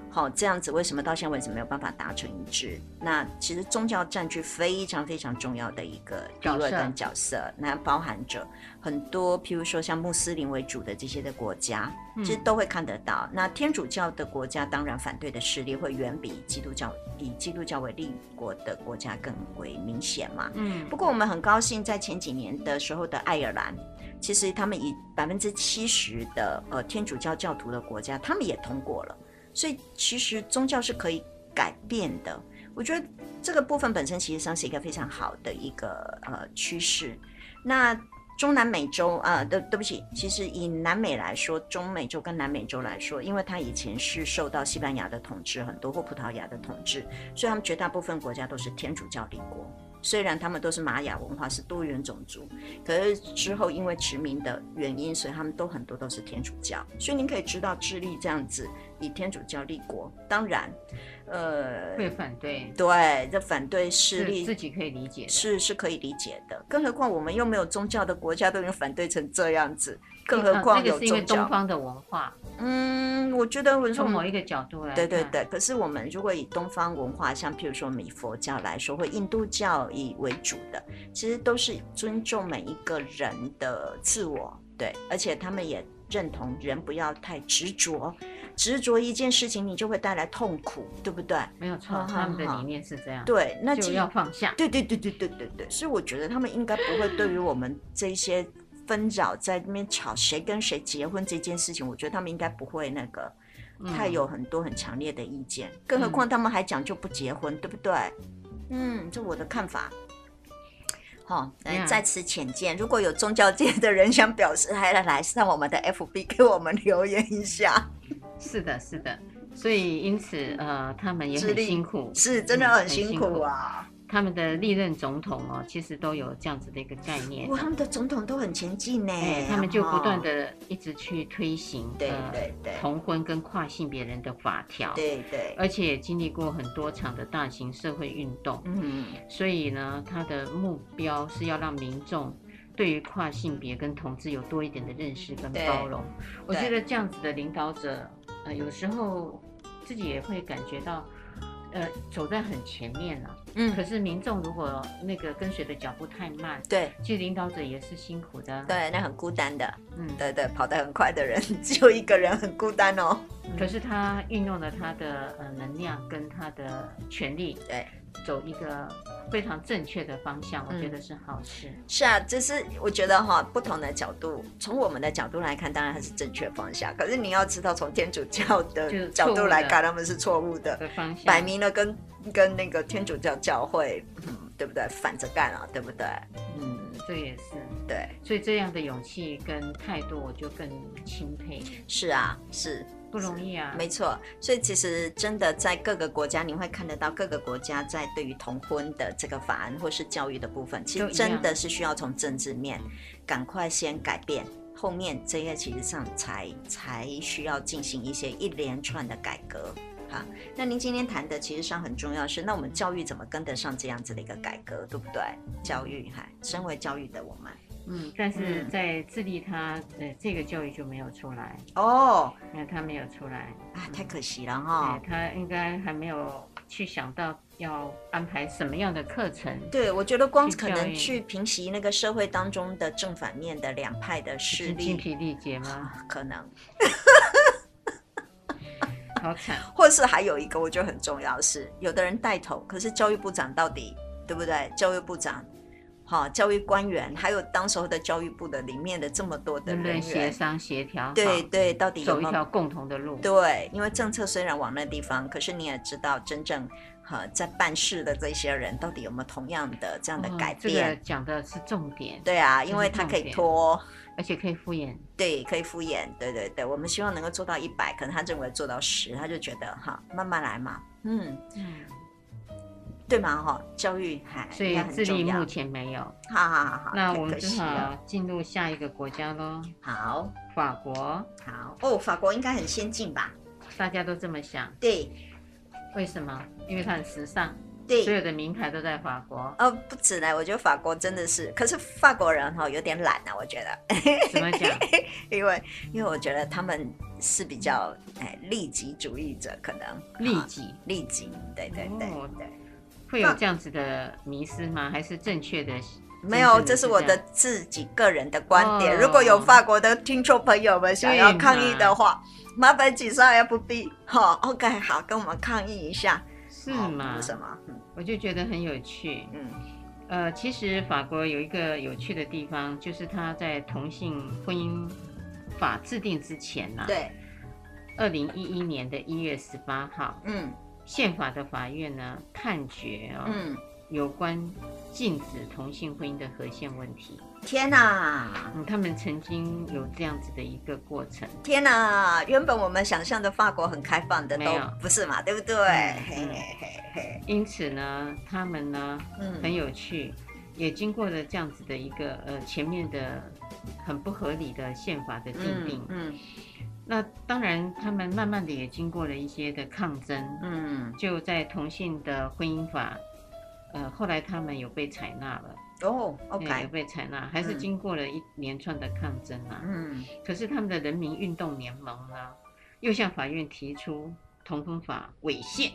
[SPEAKER 3] 好、这样子为什么到现在为止没有办法达成一致？那其实宗教占据非常非常重要的一个地
[SPEAKER 2] 角色
[SPEAKER 3] 位跟角色，那包含着很多，譬如说像穆斯林为主的这些的国家，
[SPEAKER 2] 嗯
[SPEAKER 3] 其实都会看得到。那天主教的国家，当然反对的势力会远比基督教以基督教为立国的国家更为明显嘛。
[SPEAKER 2] 嗯
[SPEAKER 3] 不过我们很高兴，在前几年的时候的爱尔兰，其实他们以百分之七十的呃天主教教徒的国家，他们也通过了。所以其实宗教是可以改变的。我觉得这个部分本身其实上是一个非常好的一个呃趋势。那中南美洲啊、呃，对对不起，其实以南美来说，中美洲跟南美洲来说，因为它以前是受到西班牙的统治很多或葡萄牙的统治，所以他们绝大部分国家都是天主教立国。虽然他们都是玛雅文化，是多元种族，可是之后因为殖民的原因，所以他们都很多都是天主教。所以您可以知道，智利这样子以天主教立国，当然，呃，
[SPEAKER 2] 会反对，
[SPEAKER 3] 对这反对势
[SPEAKER 2] 是
[SPEAKER 3] 力
[SPEAKER 2] 自己可以理解的。
[SPEAKER 3] 是是可以理解的。更何况我们又没有宗教的国家都已经反对成这样子，更何况
[SPEAKER 2] 那个
[SPEAKER 3] 有
[SPEAKER 2] 是因为东
[SPEAKER 3] 宗教？
[SPEAKER 2] 方的文化，
[SPEAKER 3] 嗯，我觉得我说
[SPEAKER 2] 从某一个角度来
[SPEAKER 3] 嗯对对
[SPEAKER 2] 看，
[SPEAKER 3] 对，可是我们如果以东方文化，像譬如说我们以佛教来说，或印度教以为主的，其实都是尊重每一个人的自我，对，而且他们也认同人不要太执着，执着一件事情你就会带来痛苦，对不对？
[SPEAKER 2] 没有错
[SPEAKER 3] 好，好
[SPEAKER 2] 他们的
[SPEAKER 3] 好
[SPEAKER 2] 理念是这样，
[SPEAKER 3] 对，那
[SPEAKER 2] 就
[SPEAKER 3] 其
[SPEAKER 2] 要放下。
[SPEAKER 3] 对对对对对对对，所以我觉得他们应该不会对于我们这一些纷扰在那边吵谁跟谁结婚这件事情，我觉得他们应该不会那个
[SPEAKER 2] 嗯
[SPEAKER 3] 太有很多很强烈的意见，更何况他们还讲究不结婚，对不对？嗯，这我的看法。好、来
[SPEAKER 2] Yeah
[SPEAKER 3] 在此浅见。如果有宗教界的人想表示，来来来，上我们的 FB 给我们留言一下。
[SPEAKER 2] 是的，是的。所以因此，呃，他们也
[SPEAKER 3] 智
[SPEAKER 2] 很
[SPEAKER 3] 利
[SPEAKER 2] 辛苦，
[SPEAKER 3] 是，真的
[SPEAKER 2] 嗯
[SPEAKER 3] 很辛苦。啊！
[SPEAKER 2] 他们的历任总统哦，其实都有这样子的一个概念
[SPEAKER 3] 哇，，他们的总统都很前进呢、
[SPEAKER 2] 哎，他们就不断
[SPEAKER 3] 哈
[SPEAKER 2] 的一直去推行
[SPEAKER 3] 哦对
[SPEAKER 2] 呃
[SPEAKER 3] 对对
[SPEAKER 2] 同婚跟跨性别人的法条，
[SPEAKER 3] 对对，
[SPEAKER 2] 而且也经历过很多场的大型社会运动，
[SPEAKER 3] 嗯，
[SPEAKER 2] 所以呢，他的目标是要让民众对于跨性别跟同志有多一点的认识跟
[SPEAKER 3] 对
[SPEAKER 2] 包容。我
[SPEAKER 3] 对
[SPEAKER 2] 觉得这样子的领导者，呃，有时候自己也会感觉到，呃，走在很前面啊。可
[SPEAKER 3] 嗯，
[SPEAKER 2] 是民众如果那个跟随的脚步太慢，
[SPEAKER 3] 对
[SPEAKER 2] 其实领导者也是辛苦的啊。
[SPEAKER 3] 对，那很孤单的，
[SPEAKER 2] 嗯，
[SPEAKER 3] 对对，跑得很快的人只有一个人，很孤单哦。
[SPEAKER 2] 可是他运用了他的呃能量跟他的权力，
[SPEAKER 3] *laughs* 对，
[SPEAKER 2] 走一个非常正确的方向，我觉
[SPEAKER 3] 嗯
[SPEAKER 2] 得是好事。
[SPEAKER 3] 是啊，这是我觉得哈，不同的角度，从我们的角度来看，当然它是正确方向，可是你要知道，从天主教
[SPEAKER 2] 就是错误
[SPEAKER 3] 的角
[SPEAKER 2] 的
[SPEAKER 3] 度来看，他们是啊错误的，
[SPEAKER 2] 的方向，
[SPEAKER 3] 摆明了跟跟那个天主教教会，嗯，对不对？反着干啊，对不对？嗯，
[SPEAKER 2] 这也是，
[SPEAKER 3] 对，
[SPEAKER 2] 所以这样的勇气跟态度，我就更钦佩，
[SPEAKER 3] 是啊，是。
[SPEAKER 2] 不容易啊。
[SPEAKER 3] 没错，所以其实真的在各个国家，你会看得到各个国家在对于同婚的这个法案或是教育的部分，其
[SPEAKER 2] 都
[SPEAKER 3] 实
[SPEAKER 2] 一样
[SPEAKER 3] 真的是需要从政治面赶快先改变，后面这些其实上才才需要进行一些一连串的改革。好，那您今天谈的其实上很重要是，那我们教育怎么跟得上这样子的一个改革，对不对？教育哈，身为教育的我们，
[SPEAKER 2] 嗯，但是
[SPEAKER 3] 嗯
[SPEAKER 2] 在智利他，呃这个教育就没有出来，
[SPEAKER 3] 哦，
[SPEAKER 2] 那他没有出来，
[SPEAKER 3] 啊，太可惜了哈、
[SPEAKER 2] 对他应该还没有去想到要安排什么样的课程。
[SPEAKER 3] 对，我觉得光
[SPEAKER 2] 去
[SPEAKER 3] 可
[SPEAKER 2] 教
[SPEAKER 3] 能
[SPEAKER 2] 育
[SPEAKER 3] 去平息那个社会当中的正反面的两派的势
[SPEAKER 2] 是精
[SPEAKER 3] 力，啊
[SPEAKER 2] 疲力竭
[SPEAKER 3] *laughs*
[SPEAKER 2] 吗？
[SPEAKER 3] 可能，
[SPEAKER 2] 好惨，
[SPEAKER 3] 或是还有一个我觉得很重要的是，有的人带头，可是教育部长到底对不对？教育部长，好、教育官员，还有当时候的教育部的里面的这么多的
[SPEAKER 2] 能不能
[SPEAKER 3] 人
[SPEAKER 2] 协
[SPEAKER 3] 员，
[SPEAKER 2] 商协调？
[SPEAKER 3] 对，对，到底
[SPEAKER 2] 嗯
[SPEAKER 3] 有
[SPEAKER 2] 走一
[SPEAKER 3] 没有
[SPEAKER 2] 条共同的路。
[SPEAKER 3] 对，因为政策虽然往那地方，可是你也知道，真正哈、在办事的这些人到底有没有同样的这样的
[SPEAKER 2] 哦
[SPEAKER 3] 改
[SPEAKER 2] 这个
[SPEAKER 3] 变？
[SPEAKER 2] 讲的是重点，
[SPEAKER 3] 对啊，因
[SPEAKER 2] 这
[SPEAKER 3] 为
[SPEAKER 2] 是
[SPEAKER 3] 他
[SPEAKER 2] 重
[SPEAKER 3] 可以
[SPEAKER 2] 点
[SPEAKER 3] 拖。
[SPEAKER 2] 而且可以敷衍。
[SPEAKER 3] 对，可以敷衍，对对对，我们希望能够做到一百，可能他认为做到十，他就觉得哈，慢慢来嘛，嗯，
[SPEAKER 2] 嗯，
[SPEAKER 3] 对嘛哈，教育还
[SPEAKER 2] 所以
[SPEAKER 3] 应该很
[SPEAKER 2] 智利
[SPEAKER 3] 重要
[SPEAKER 2] 目，前没有。
[SPEAKER 3] 好好好好，
[SPEAKER 2] 那
[SPEAKER 3] 太
[SPEAKER 2] 我们
[SPEAKER 3] 可惜
[SPEAKER 2] 只
[SPEAKER 3] 了，
[SPEAKER 2] 好进入下一个国家喽，
[SPEAKER 3] 好
[SPEAKER 2] 法国。
[SPEAKER 3] 好哦，法国应该很先进吧？
[SPEAKER 2] 大家都这么想，
[SPEAKER 3] 对
[SPEAKER 2] 为什么？因为它很时尚，
[SPEAKER 3] 对，
[SPEAKER 2] 所有的名牌都在法国
[SPEAKER 3] 呃，不止呢，我觉得法国真的是，可是法国人哈、有点懒啊，我觉得，
[SPEAKER 2] 怎么
[SPEAKER 3] *laughs*
[SPEAKER 2] 讲？
[SPEAKER 3] 因为因为我觉得他们是比较哎利己主义者，可能
[SPEAKER 2] 利
[SPEAKER 3] 啊
[SPEAKER 2] 己
[SPEAKER 3] 利己，对对对
[SPEAKER 2] 哦
[SPEAKER 3] 对，
[SPEAKER 2] 会有这样子的迷失吗？还是正确的？
[SPEAKER 3] 没有，
[SPEAKER 2] 真
[SPEAKER 3] 这
[SPEAKER 2] 正
[SPEAKER 3] 是我的
[SPEAKER 2] 样
[SPEAKER 3] 自己个人的观点。
[SPEAKER 2] 哦
[SPEAKER 3] 如果有法国的听众朋友们想
[SPEAKER 2] 对
[SPEAKER 3] 要
[SPEAKER 2] 嘛
[SPEAKER 3] 抗议的话，麻烦啊请上 FB 哈、OK，好，跟我们抗议一下。
[SPEAKER 2] 是
[SPEAKER 3] 好
[SPEAKER 2] 吗
[SPEAKER 3] 为？什么？嗯
[SPEAKER 2] 我就觉得很有趣。
[SPEAKER 3] 嗯，
[SPEAKER 2] 呃，其实法国有一个有趣的地方，就是它在同性婚姻法制定之前呐、
[SPEAKER 3] 对，
[SPEAKER 2] 二零一一年的一月十八号，
[SPEAKER 3] 嗯
[SPEAKER 2] 宪法的法院呢判决啊、
[SPEAKER 3] 嗯，
[SPEAKER 2] 有关禁止同性婚姻的合宪问题。
[SPEAKER 3] 天哪，
[SPEAKER 2] 嗯，他们曾经有这样子的一个过程。
[SPEAKER 3] 天哪！原本我们想象的法国很开放的，
[SPEAKER 2] 没
[SPEAKER 3] 都
[SPEAKER 2] 有
[SPEAKER 3] 不是嘛，对不对？
[SPEAKER 2] 嗯
[SPEAKER 3] 嘿嘿嘿嘿，
[SPEAKER 2] 因此呢，他们呢很
[SPEAKER 3] 嗯，
[SPEAKER 2] 有趣，也经过了这样子的一个呃前面的很不合理的宪法的定定
[SPEAKER 3] 嗯。嗯
[SPEAKER 2] 那当然，他们慢慢的也经过了一些的抗争，
[SPEAKER 3] 嗯，
[SPEAKER 2] 就在同性的婚姻法，呃，后来他们有被采纳了，呃
[SPEAKER 3] 哦
[SPEAKER 2] 对有
[SPEAKER 3] ，OK，
[SPEAKER 2] 被采纳，还是
[SPEAKER 3] 嗯
[SPEAKER 2] 经过了一连串的抗争啊。
[SPEAKER 3] 嗯
[SPEAKER 2] 可是他们的人民运动联盟呢，又向法院提出同婚法违
[SPEAKER 3] *laughs*
[SPEAKER 2] 宪。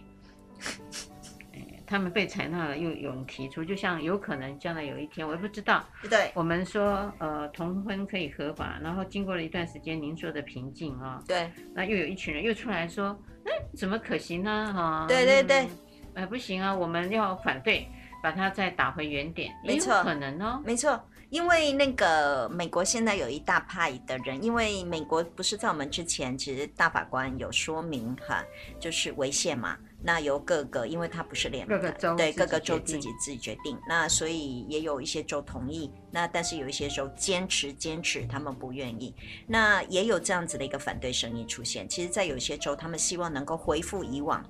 [SPEAKER 2] 哎他们被采纳了，又有人提出，就像有可能将来有一天，我也不知道。
[SPEAKER 3] 对
[SPEAKER 2] 我们说，呃，同婚可以合法，然后经过了一段时间，您说的平静啊、
[SPEAKER 3] 对，
[SPEAKER 2] 那又有一群人又出来说，嗯，怎么可行呢？哈、
[SPEAKER 3] 对对对
[SPEAKER 2] 嗯，呃，不行啊，我们要反对，把它再打回原点，也
[SPEAKER 3] 没
[SPEAKER 2] 有
[SPEAKER 3] 错
[SPEAKER 2] 可能哦。
[SPEAKER 3] 没错，因为那个美国现在有一大派的人，因为美国不是在我们之前，其实大法官有说明哈，就是违宪嘛。那由各个，因为它不是联盟的，
[SPEAKER 2] 各个州
[SPEAKER 3] 对
[SPEAKER 2] 自己
[SPEAKER 3] 各个州
[SPEAKER 2] 决定
[SPEAKER 3] 自己自己决定。那所以也有一些州同意，那但是有一些州坚持坚持，他们不愿意。那也有这样子的一个反对声音出现。其实，在有些州，他们希望能够恢复以往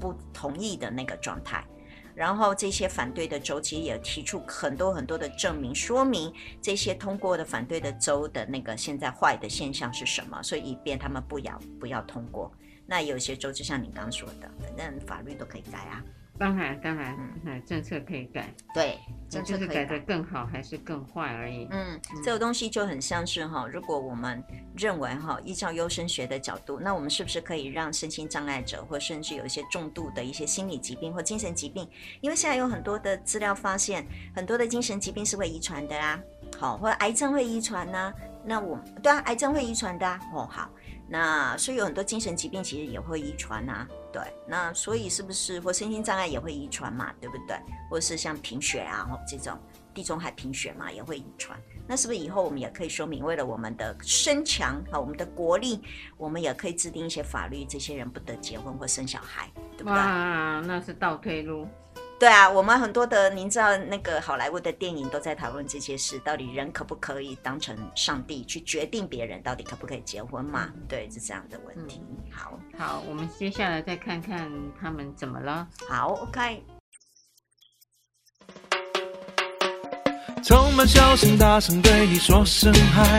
[SPEAKER 3] 不同意的那个状态。然后这些反对的州其实也提出很多很多的证明，说明这些通过的反对的州的那个现在坏的现象是什么，所以以便他们不要不要通过。那有些州就像你刚刚说的，反正法律都可以改啊，
[SPEAKER 2] 当然，当然
[SPEAKER 3] 嗯，
[SPEAKER 2] 嗯，政策可以改，
[SPEAKER 3] 对，
[SPEAKER 2] 那
[SPEAKER 3] 政
[SPEAKER 2] 就
[SPEAKER 3] 策
[SPEAKER 2] 是
[SPEAKER 3] 可
[SPEAKER 2] 改
[SPEAKER 3] 以
[SPEAKER 2] 得更好还是更坏而已。
[SPEAKER 3] 嗯，这个东西就很像是哈，如果我们认为哈，依照优生学的角度，那我们是不是可以让身心障碍者，或甚至有一些重度的一些心理疾病或精神疾病？因为现在有很多的资料发现，很多的精神疾病是会遗传的啊，好，或者癌症会遗传呐、那我对啊，癌症会遗传的、啊、哦，好，那所以有很多精神疾病其实也会遗传呐、对，那所以是不是或身心障碍也会遗传嘛，对不对？或是像贫血啊、哦、这种地中海贫血嘛，也会遗传。那是不是以后我们也可以说明，为了我们的身强啊，我们的国力，我们也可以制定一些法律，这些人不得结婚或生小孩，对不对？
[SPEAKER 2] 哇，那是倒退路。
[SPEAKER 3] 对啊，我们很多的，您知道那个好莱坞的电影都在讨论这些事，到底人可不可以当成上帝去决定别人到底可不可以结婚嘛？对，是这样的问题。好，
[SPEAKER 2] 好，我们接下来再看看他们怎么了。
[SPEAKER 3] 好，OK，
[SPEAKER 1] 充满笑声，大声对你说声嗨，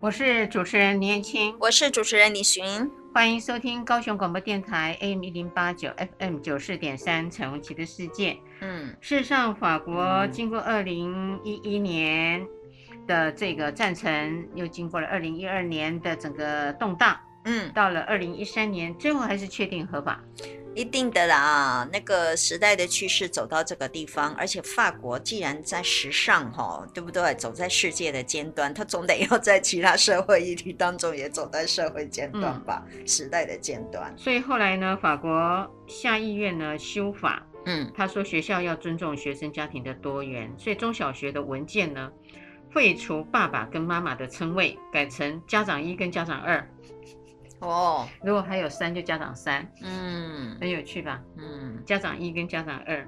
[SPEAKER 2] 我是主持人年轻，
[SPEAKER 3] 我是主持人李寻。
[SPEAKER 2] 欢迎收听高雄广播电台 AM 一零八九 FM 九四点三彩虹旗的世界。
[SPEAKER 3] 嗯
[SPEAKER 2] 事实上，法国
[SPEAKER 3] 嗯
[SPEAKER 2] 经过二零一一年的这个战争，又经过了二零一二年的整个动荡，
[SPEAKER 3] 嗯，
[SPEAKER 2] 到了二零一三年，最后还是确定合法。
[SPEAKER 3] 一定的啦，那个时代的趋势走到这个地方，而且法国既然在时尚哈，对不对？走在世界的尖端，它总得要在其他社会议题当中也走在社会尖端吧，
[SPEAKER 2] 嗯
[SPEAKER 3] *laughs* 时代的尖端。
[SPEAKER 2] 所以后来呢，法国下议院呢修法，
[SPEAKER 3] 嗯
[SPEAKER 2] 他说学校要尊重学生家庭的多元，所以中小学的文件呢，废除爸爸跟妈妈的称谓，改成家长一跟家长二，
[SPEAKER 3] 哦，
[SPEAKER 2] 如果还有三就家长三，
[SPEAKER 3] 嗯
[SPEAKER 2] 很有趣吧？
[SPEAKER 3] 嗯，
[SPEAKER 2] 家长一跟家长二，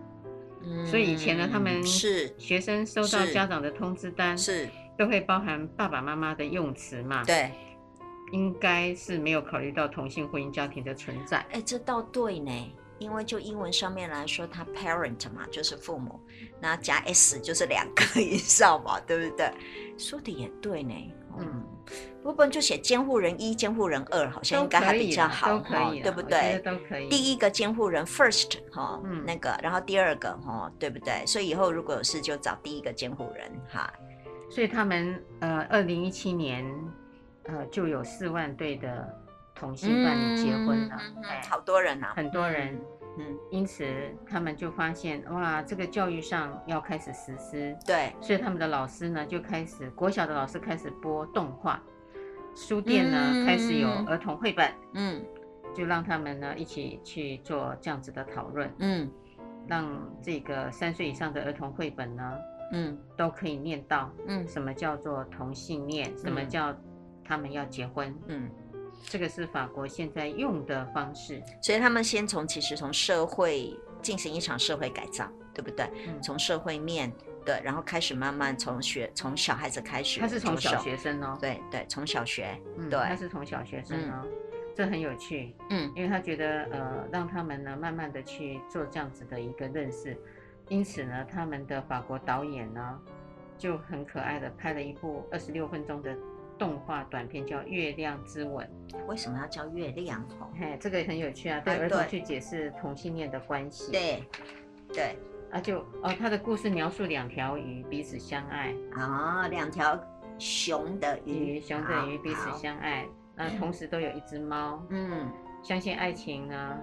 [SPEAKER 3] 嗯
[SPEAKER 2] 所以以前呢他们
[SPEAKER 3] 是
[SPEAKER 2] 学生收到
[SPEAKER 3] 是
[SPEAKER 2] 家长的通知单，
[SPEAKER 3] 是，
[SPEAKER 2] 都会包含爸爸妈妈的用词嘛，
[SPEAKER 3] 对，
[SPEAKER 2] 应该是没有考虑到同性婚姻家庭的存在。
[SPEAKER 3] 哎，这倒对呢，因为就英文上面来说，他 parent 嘛，就是父母，那加 s 就是两个以上嘛，对不对？说的也对呢，嗯，不然就写监护人一、监护人二，好像
[SPEAKER 2] 都
[SPEAKER 3] 应该还
[SPEAKER 2] 可
[SPEAKER 3] 比
[SPEAKER 2] 以
[SPEAKER 3] 较
[SPEAKER 2] 啦，
[SPEAKER 3] 好，
[SPEAKER 2] 都可
[SPEAKER 3] 哈
[SPEAKER 2] 以啦，
[SPEAKER 3] 对不
[SPEAKER 2] 我觉得
[SPEAKER 3] 对？
[SPEAKER 2] 都可以。
[SPEAKER 3] 第一个监护人 first 哈、
[SPEAKER 2] 嗯
[SPEAKER 3] 那个，然后第二个哈、对不对？所以以后如果有事就找第一个监护人哈。
[SPEAKER 2] 所以他们呃，二零一七年呃就有四万对的同性伴侣结婚了，
[SPEAKER 3] 嗯嗯嗯嗯
[SPEAKER 2] 哎
[SPEAKER 3] 好多人啊，
[SPEAKER 2] 很多人，
[SPEAKER 3] 嗯，
[SPEAKER 2] 因此他们就发现哇，这个教育上要开始实施，
[SPEAKER 3] 对，
[SPEAKER 2] 所以他们的老师呢就开始国小的老师开始播动画，书店呢、开始有
[SPEAKER 3] 嗯
[SPEAKER 2] 儿童绘本，
[SPEAKER 3] 嗯
[SPEAKER 2] 就让他们呢一起去做这样子的讨论，
[SPEAKER 3] 嗯
[SPEAKER 2] 让这个三岁以上的儿童绘本呢
[SPEAKER 3] 嗯
[SPEAKER 2] 都可以念到
[SPEAKER 3] 嗯
[SPEAKER 2] 什么叫做同性恋，什么
[SPEAKER 3] 嗯
[SPEAKER 2] 叫他们要结婚，
[SPEAKER 3] 嗯，
[SPEAKER 2] 这个是法国现在用的方式。
[SPEAKER 3] 所以他们先从其实从社会进行一场社会改造，对不对？
[SPEAKER 2] 嗯，
[SPEAKER 3] 从社会面对，然后开始慢慢从学从小孩子开始，
[SPEAKER 2] 他是从小，学生哦，
[SPEAKER 3] 对对，从小学，
[SPEAKER 2] 嗯，
[SPEAKER 3] 对
[SPEAKER 2] 他是从小学生哦，这很有趣，
[SPEAKER 3] 嗯
[SPEAKER 2] 因为他觉得呃，让他们呢慢慢的去做这样子的一个认识，因此呢，他们的法国导演呢就很可爱的拍了一部二十六分钟的动画短片，叫《月亮之吻》。
[SPEAKER 3] 为什么要叫月亮红？
[SPEAKER 2] 嘿，这个也很有趣啊，对
[SPEAKER 3] 啊
[SPEAKER 2] 儿童
[SPEAKER 3] 对
[SPEAKER 2] 去解释同性恋的关系。
[SPEAKER 3] 对对
[SPEAKER 2] 啊，就哦，他的故事描述两条鱼彼此相爱，
[SPEAKER 3] 啊、两条熊的鱼，
[SPEAKER 2] 鱼熊的
[SPEAKER 3] 好
[SPEAKER 2] 鱼彼此，
[SPEAKER 3] 嗯好
[SPEAKER 2] 相爱，那
[SPEAKER 3] 嗯
[SPEAKER 2] 同时都有一只猫。
[SPEAKER 3] 嗯
[SPEAKER 2] 相信爱情呢，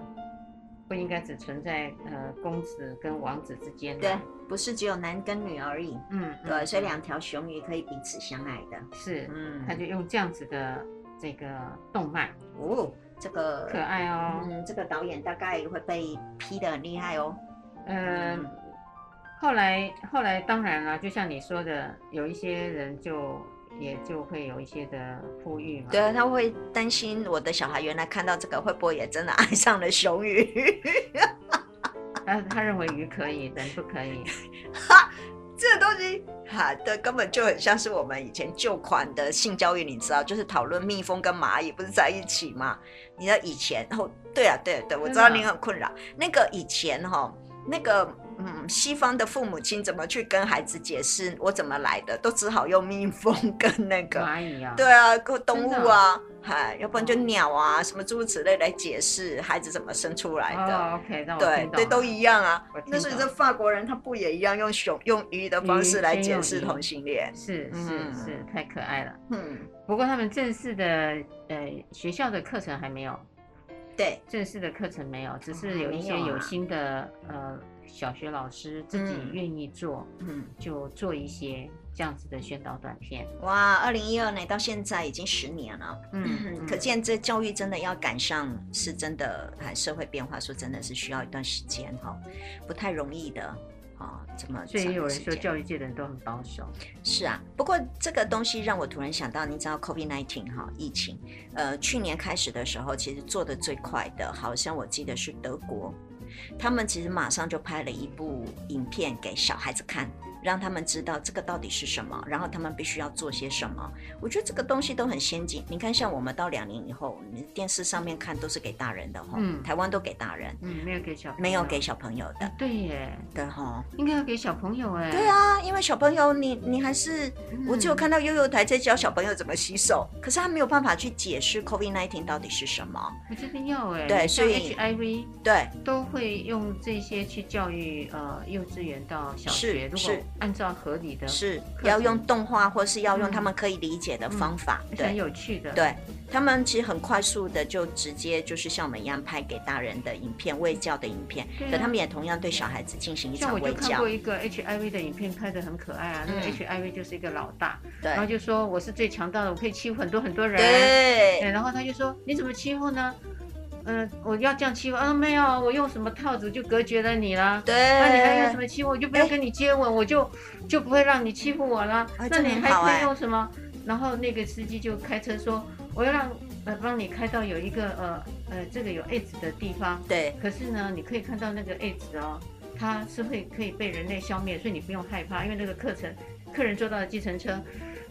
[SPEAKER 2] 不应该只存在呃公子跟王子之间。
[SPEAKER 3] 对，，不是只有男跟女而已，
[SPEAKER 2] 嗯，嗯
[SPEAKER 3] 对，所以
[SPEAKER 2] 嗯
[SPEAKER 3] 两条雄鱼可以彼此相爱的，
[SPEAKER 2] 是，
[SPEAKER 3] 嗯，
[SPEAKER 2] 他就用这样子的这个动漫，
[SPEAKER 3] 哦，这个
[SPEAKER 2] 可爱哦。
[SPEAKER 3] 嗯，这个导演大概会被批得很厉害哦。
[SPEAKER 2] 嗯，后来后来当然了，就像你说的，有一些人就也就会有一些的呼吁嘛。
[SPEAKER 3] 对啊，他会担心我的小孩原来看到这个会不会也真的爱 *laughs* 上了熊鱼？
[SPEAKER 2] 他他认为鱼可以，人不可
[SPEAKER 3] *laughs*
[SPEAKER 2] 以。
[SPEAKER 3] 这个东西哈，对，根本就很像是我们以前旧款的性教育，你知道，就是讨论蜜蜂跟蚂蚁不是在一起嘛？你知道以前哦，对啊，对对，我知道
[SPEAKER 2] 真的
[SPEAKER 3] 你很困扰。那个以前哈、哦，那个嗯，西方的父母亲怎么去跟孩子解释我怎么来的，都只好用蜜蜂跟那个
[SPEAKER 2] 蚂蚁啊，
[SPEAKER 3] 对啊，各动
[SPEAKER 2] 真的
[SPEAKER 3] 物啊，嗨，要不然就鸟啊，什么诸如此类来解释孩子怎么生出来的。
[SPEAKER 2] 哦，OK，让我
[SPEAKER 3] 对
[SPEAKER 2] 听
[SPEAKER 3] 对，
[SPEAKER 2] 懂
[SPEAKER 3] 都
[SPEAKER 2] 了。
[SPEAKER 3] 一样啊
[SPEAKER 2] 我。听
[SPEAKER 3] 那所以
[SPEAKER 2] 懂
[SPEAKER 3] 这法国人他不也一样用熊用鱼的方式来
[SPEAKER 2] 鱼先用
[SPEAKER 3] 解释
[SPEAKER 2] 鱼
[SPEAKER 3] 同性恋？
[SPEAKER 2] 是是
[SPEAKER 3] 嗯
[SPEAKER 2] 是，太可爱了。
[SPEAKER 3] 嗯，
[SPEAKER 2] 不过他们正式的呃学校的课程还没有，
[SPEAKER 3] 对，
[SPEAKER 2] 正式的课程没有，只
[SPEAKER 3] 哦
[SPEAKER 2] 是
[SPEAKER 3] 还
[SPEAKER 2] 有一
[SPEAKER 3] 没
[SPEAKER 2] 些
[SPEAKER 3] 有
[SPEAKER 2] 有
[SPEAKER 3] 啊
[SPEAKER 2] 心的、呃小学老师自己
[SPEAKER 3] 嗯
[SPEAKER 2] 愿意做，
[SPEAKER 3] 嗯，
[SPEAKER 2] 就做一些这样子的宣导短片。
[SPEAKER 3] 哇，二零一二年到现在已经十年了，
[SPEAKER 2] 嗯，
[SPEAKER 3] 可见这教育真的要赶上，是真的，哎，社会变化说真的是需要一段时间哈、不太容易的。哦，这么
[SPEAKER 2] 所
[SPEAKER 3] 长
[SPEAKER 2] 以
[SPEAKER 3] 的
[SPEAKER 2] 有人
[SPEAKER 3] 时
[SPEAKER 2] 说
[SPEAKER 3] 间
[SPEAKER 2] 教育界的人都很保守，
[SPEAKER 3] 是啊，不过这个东西让我突然想到，你知道 COVID 1 9哈疫情，呃，去年开始的时候，其实做的最快的，好像我记得是德国，他们其实马上就拍了一部影片给小孩子看，让他们知道这个到底是什么，然后他们必须要做些什么。我觉得这个东西都很先进。你看，像我们到两年以后，你电视上面看都是给大人的哈，
[SPEAKER 2] 嗯
[SPEAKER 3] 台湾都给大人，
[SPEAKER 2] 嗯，没有给小朋友
[SPEAKER 3] 没有给小朋友的
[SPEAKER 2] 哎对耶，
[SPEAKER 3] 对哈。
[SPEAKER 2] 应该要给小朋友哎。
[SPEAKER 3] 对，啊，因为小朋友你你还是我只有
[SPEAKER 2] 嗯
[SPEAKER 3] 看到悠悠台在教小朋友怎么洗手，可是他没有办法去解释 COVID 1 9到底是什么。
[SPEAKER 2] 我觉得要哎。
[SPEAKER 3] 对
[SPEAKER 2] 像
[SPEAKER 3] 所以
[SPEAKER 2] HIV
[SPEAKER 3] 对，
[SPEAKER 2] 都会用这些去教育呃幼稚园到小
[SPEAKER 3] 是
[SPEAKER 2] 学，如果
[SPEAKER 3] 是
[SPEAKER 2] 按照合理的，
[SPEAKER 3] 是
[SPEAKER 2] 课
[SPEAKER 3] 要
[SPEAKER 2] 程
[SPEAKER 3] 用动画，或是要用
[SPEAKER 2] 嗯
[SPEAKER 3] 他们可以理解的方法。
[SPEAKER 2] 是很
[SPEAKER 3] 对
[SPEAKER 2] 有趣的。
[SPEAKER 3] 对，他们其实很快速的就直接就是像我们一样拍给大人的影片、卫教的影片，
[SPEAKER 2] 对啊
[SPEAKER 3] 可他们也同样对小孩子进行一
[SPEAKER 2] 像
[SPEAKER 3] 场
[SPEAKER 2] 我就
[SPEAKER 3] 卫
[SPEAKER 2] 看
[SPEAKER 3] 教
[SPEAKER 2] 过。一个 HIV 的影片，拍的很可爱啊。那个
[SPEAKER 3] 嗯
[SPEAKER 2] HIV 就是一个老大，
[SPEAKER 3] 对
[SPEAKER 2] 然后就说我是最强大的，我可以欺负很多很多人。对
[SPEAKER 3] 对
[SPEAKER 2] 然后他就说你怎么欺负呢？嗯、我要这样欺负啊？没有，我用什么套子就隔绝了你啦。
[SPEAKER 3] 对，
[SPEAKER 2] 那啊你
[SPEAKER 3] 哎
[SPEAKER 2] 还用什么欺负？我就不要跟你接吻，我就就不会让你欺负我了。
[SPEAKER 3] 哎
[SPEAKER 2] 那
[SPEAKER 3] 这
[SPEAKER 2] 你
[SPEAKER 3] 很
[SPEAKER 2] 还
[SPEAKER 3] 好
[SPEAKER 2] 可以
[SPEAKER 3] 哎
[SPEAKER 2] 用什么？然后那个司机就开车说，我要让呃帮你开到有一个呃呃这个有 AIDS 的地方，
[SPEAKER 3] 对
[SPEAKER 2] 可是呢，你可以看到那个 AIDS 哦，它是会可以被人类消灭，所以你不用害怕，因为那个课程客人坐到了计程车，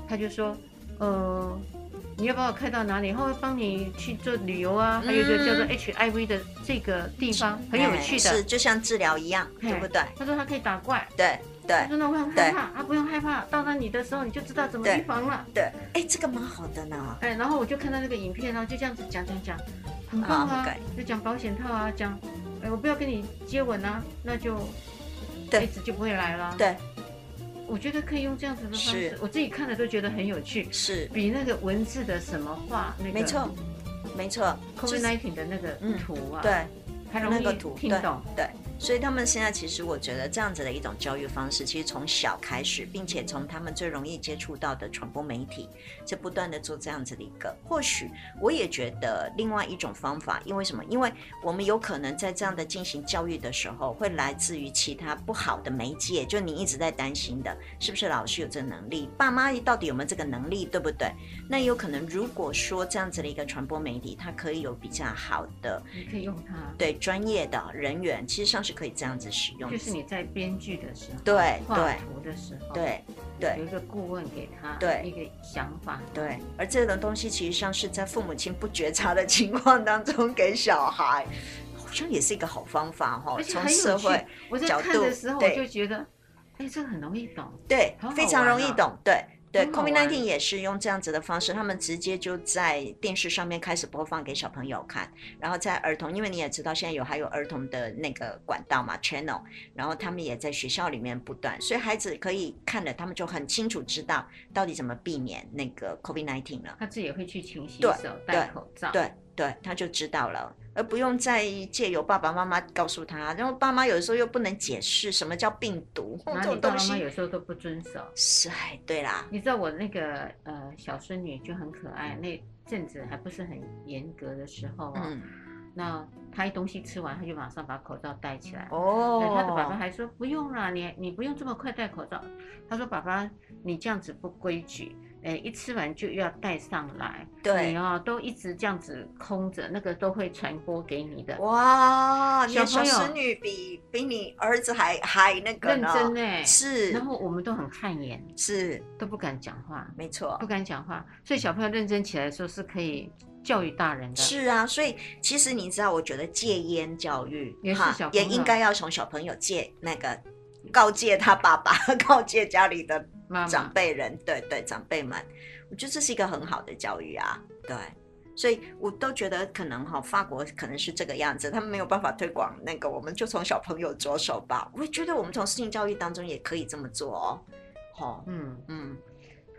[SPEAKER 2] 他就说，呃，你要把我开到哪里？他会帮你去做旅游啊，还有一个叫做
[SPEAKER 3] 嗯
[SPEAKER 2] HIV 的这个地方很有
[SPEAKER 3] 哎
[SPEAKER 2] 趣
[SPEAKER 3] 是
[SPEAKER 2] 的。
[SPEAKER 3] 就像治疗一样，
[SPEAKER 2] 哎
[SPEAKER 3] 对不对？
[SPEAKER 2] 他说他可以打怪，
[SPEAKER 3] 对哎对
[SPEAKER 2] 他。说那我很害怕，他啊不用害怕，到那里的时候你就知道怎么
[SPEAKER 3] 对
[SPEAKER 2] 预防了。
[SPEAKER 3] 对，哎，这个蛮好的呢。
[SPEAKER 2] 哎，然后我就看到那个影片，然后就这样子讲讲讲，很棒
[SPEAKER 3] 啊
[SPEAKER 2] 啊
[SPEAKER 3] ，OK，
[SPEAKER 2] 就讲保险套啊，讲，哎，我不要跟你接吻啊，那就
[SPEAKER 3] 对
[SPEAKER 2] S 就不会来了。，
[SPEAKER 3] 对，
[SPEAKER 2] 我觉得可以用这样子的方式
[SPEAKER 3] 是，
[SPEAKER 2] 我自己看了都觉得很有趣，
[SPEAKER 3] 是，
[SPEAKER 2] 比那个文字的什么话，那个
[SPEAKER 3] 没错，没错，
[SPEAKER 2] ，COVID
[SPEAKER 3] 是
[SPEAKER 2] 19的那个
[SPEAKER 3] 嗯
[SPEAKER 2] 图啊，，
[SPEAKER 3] 对。
[SPEAKER 2] 还容
[SPEAKER 3] 那个图
[SPEAKER 2] 易听懂，
[SPEAKER 3] 对，所以他们现在其实我觉得这样子的一种教育方式，其实从小开始，并且从他们最容易接触到的传播媒体，就不断的做这样子的一个。或许我也觉得另外一种方法，因为什么？因为我们有可能在这样的进行教育的时候，会来自于其他不好的媒介，就你一直在担心的，是不是老师有这能力？爸妈到底有没有这个能力，对不对？那有可能，如果说这样子的一个传播媒体，它可以有比较好的
[SPEAKER 2] 你可以用它，
[SPEAKER 3] 对专业的人员，其实上是可以这样子使用的。
[SPEAKER 2] 就是你在编剧的嗯时候，
[SPEAKER 3] 对
[SPEAKER 2] 画
[SPEAKER 3] 对
[SPEAKER 2] 图的时候，，
[SPEAKER 3] 对
[SPEAKER 2] 有
[SPEAKER 3] 对
[SPEAKER 2] 一个顾问给他
[SPEAKER 3] 对
[SPEAKER 2] 一个想法，
[SPEAKER 3] 对，而这种东西其实上是在父母亲不觉察的 *laughs* 情况当中给小孩，好像也是一个好方法哈、
[SPEAKER 2] 而
[SPEAKER 3] 哦。
[SPEAKER 2] 且
[SPEAKER 3] 从
[SPEAKER 2] 很
[SPEAKER 3] 社
[SPEAKER 2] 有趣
[SPEAKER 3] 会。
[SPEAKER 2] 我在
[SPEAKER 3] 角
[SPEAKER 2] 看
[SPEAKER 3] 度
[SPEAKER 2] 的时候，我
[SPEAKER 3] 对
[SPEAKER 2] 就觉得，哎，这个很容易懂。
[SPEAKER 3] 对
[SPEAKER 2] 好好，
[SPEAKER 3] 非常
[SPEAKER 2] 玩
[SPEAKER 3] 容易
[SPEAKER 2] 啊
[SPEAKER 3] 懂。对对
[SPEAKER 2] 很好
[SPEAKER 3] ，COVID
[SPEAKER 2] 玩
[SPEAKER 3] nineteen 也是用这样子的方式，他们直接就在电视上面开始播放给小朋友看，然后在儿童，因为你也知道现在有还有儿童的那个管道嘛 channel，然后他们也在学校里面不断，所以孩子可以看了，他们就很清楚知道到底怎么避免那个 COVID nineteen 了。
[SPEAKER 2] 他自己也会去勤洗
[SPEAKER 3] 对
[SPEAKER 2] 手、戴口罩。
[SPEAKER 3] 对对，他就知道了，而不用再借由爸爸妈妈告诉他，然后爸妈有的时候又不能解释什么叫病毒、哦
[SPEAKER 2] 然
[SPEAKER 3] 这
[SPEAKER 2] 后
[SPEAKER 3] 种
[SPEAKER 2] 你爸
[SPEAKER 3] 东
[SPEAKER 2] 爸妈妈
[SPEAKER 3] 西。
[SPEAKER 2] 有时候都不遵守。
[SPEAKER 3] 是，哎，对啦，
[SPEAKER 2] 你知道我那个呃小孙女就很可爱，那阵子还不是很严格的时候啊，
[SPEAKER 3] 嗯。
[SPEAKER 2] 那她一东西吃完，她就马上把口罩戴起来。
[SPEAKER 3] 哦
[SPEAKER 2] 哎，他的爸爸还说不用啦，你你不用这么快戴口罩。他说爸爸，你这样子不规矩，哎，一吃完就要戴上来，
[SPEAKER 3] 对
[SPEAKER 2] 你哦都一直这样子空着，那个都会传播给你的。
[SPEAKER 3] 哇，你的
[SPEAKER 2] 小
[SPEAKER 3] 小
[SPEAKER 2] 朋友
[SPEAKER 3] 孙女比比你儿子还还那个
[SPEAKER 2] 认
[SPEAKER 3] 呢，
[SPEAKER 2] 真哎，
[SPEAKER 3] 哦是
[SPEAKER 2] 然后我们都很汗颜，
[SPEAKER 3] 是，
[SPEAKER 2] 都不敢讲话，
[SPEAKER 3] 没错
[SPEAKER 2] 不。敢讲话。所以小朋友认真起来的时候是可以教育大人的。
[SPEAKER 3] 是啊，所以其实你知道，我觉得戒烟教育
[SPEAKER 2] 也是小朋
[SPEAKER 3] 也
[SPEAKER 2] 友
[SPEAKER 3] 应该要从小朋友戒那个，告诫他爸爸， *laughs* 告诫家里的
[SPEAKER 2] 妈妈
[SPEAKER 3] 长辈人，对对，长辈们，我觉得这是一个很好的教育啊，对。所以我都觉得可能哈、法国可能是这个样子，他们没有办法推广那个，我们就从小朋友着手吧。我也觉得我们从性教育当中也可以这么做哦。好、
[SPEAKER 2] 嗯，
[SPEAKER 3] 嗯，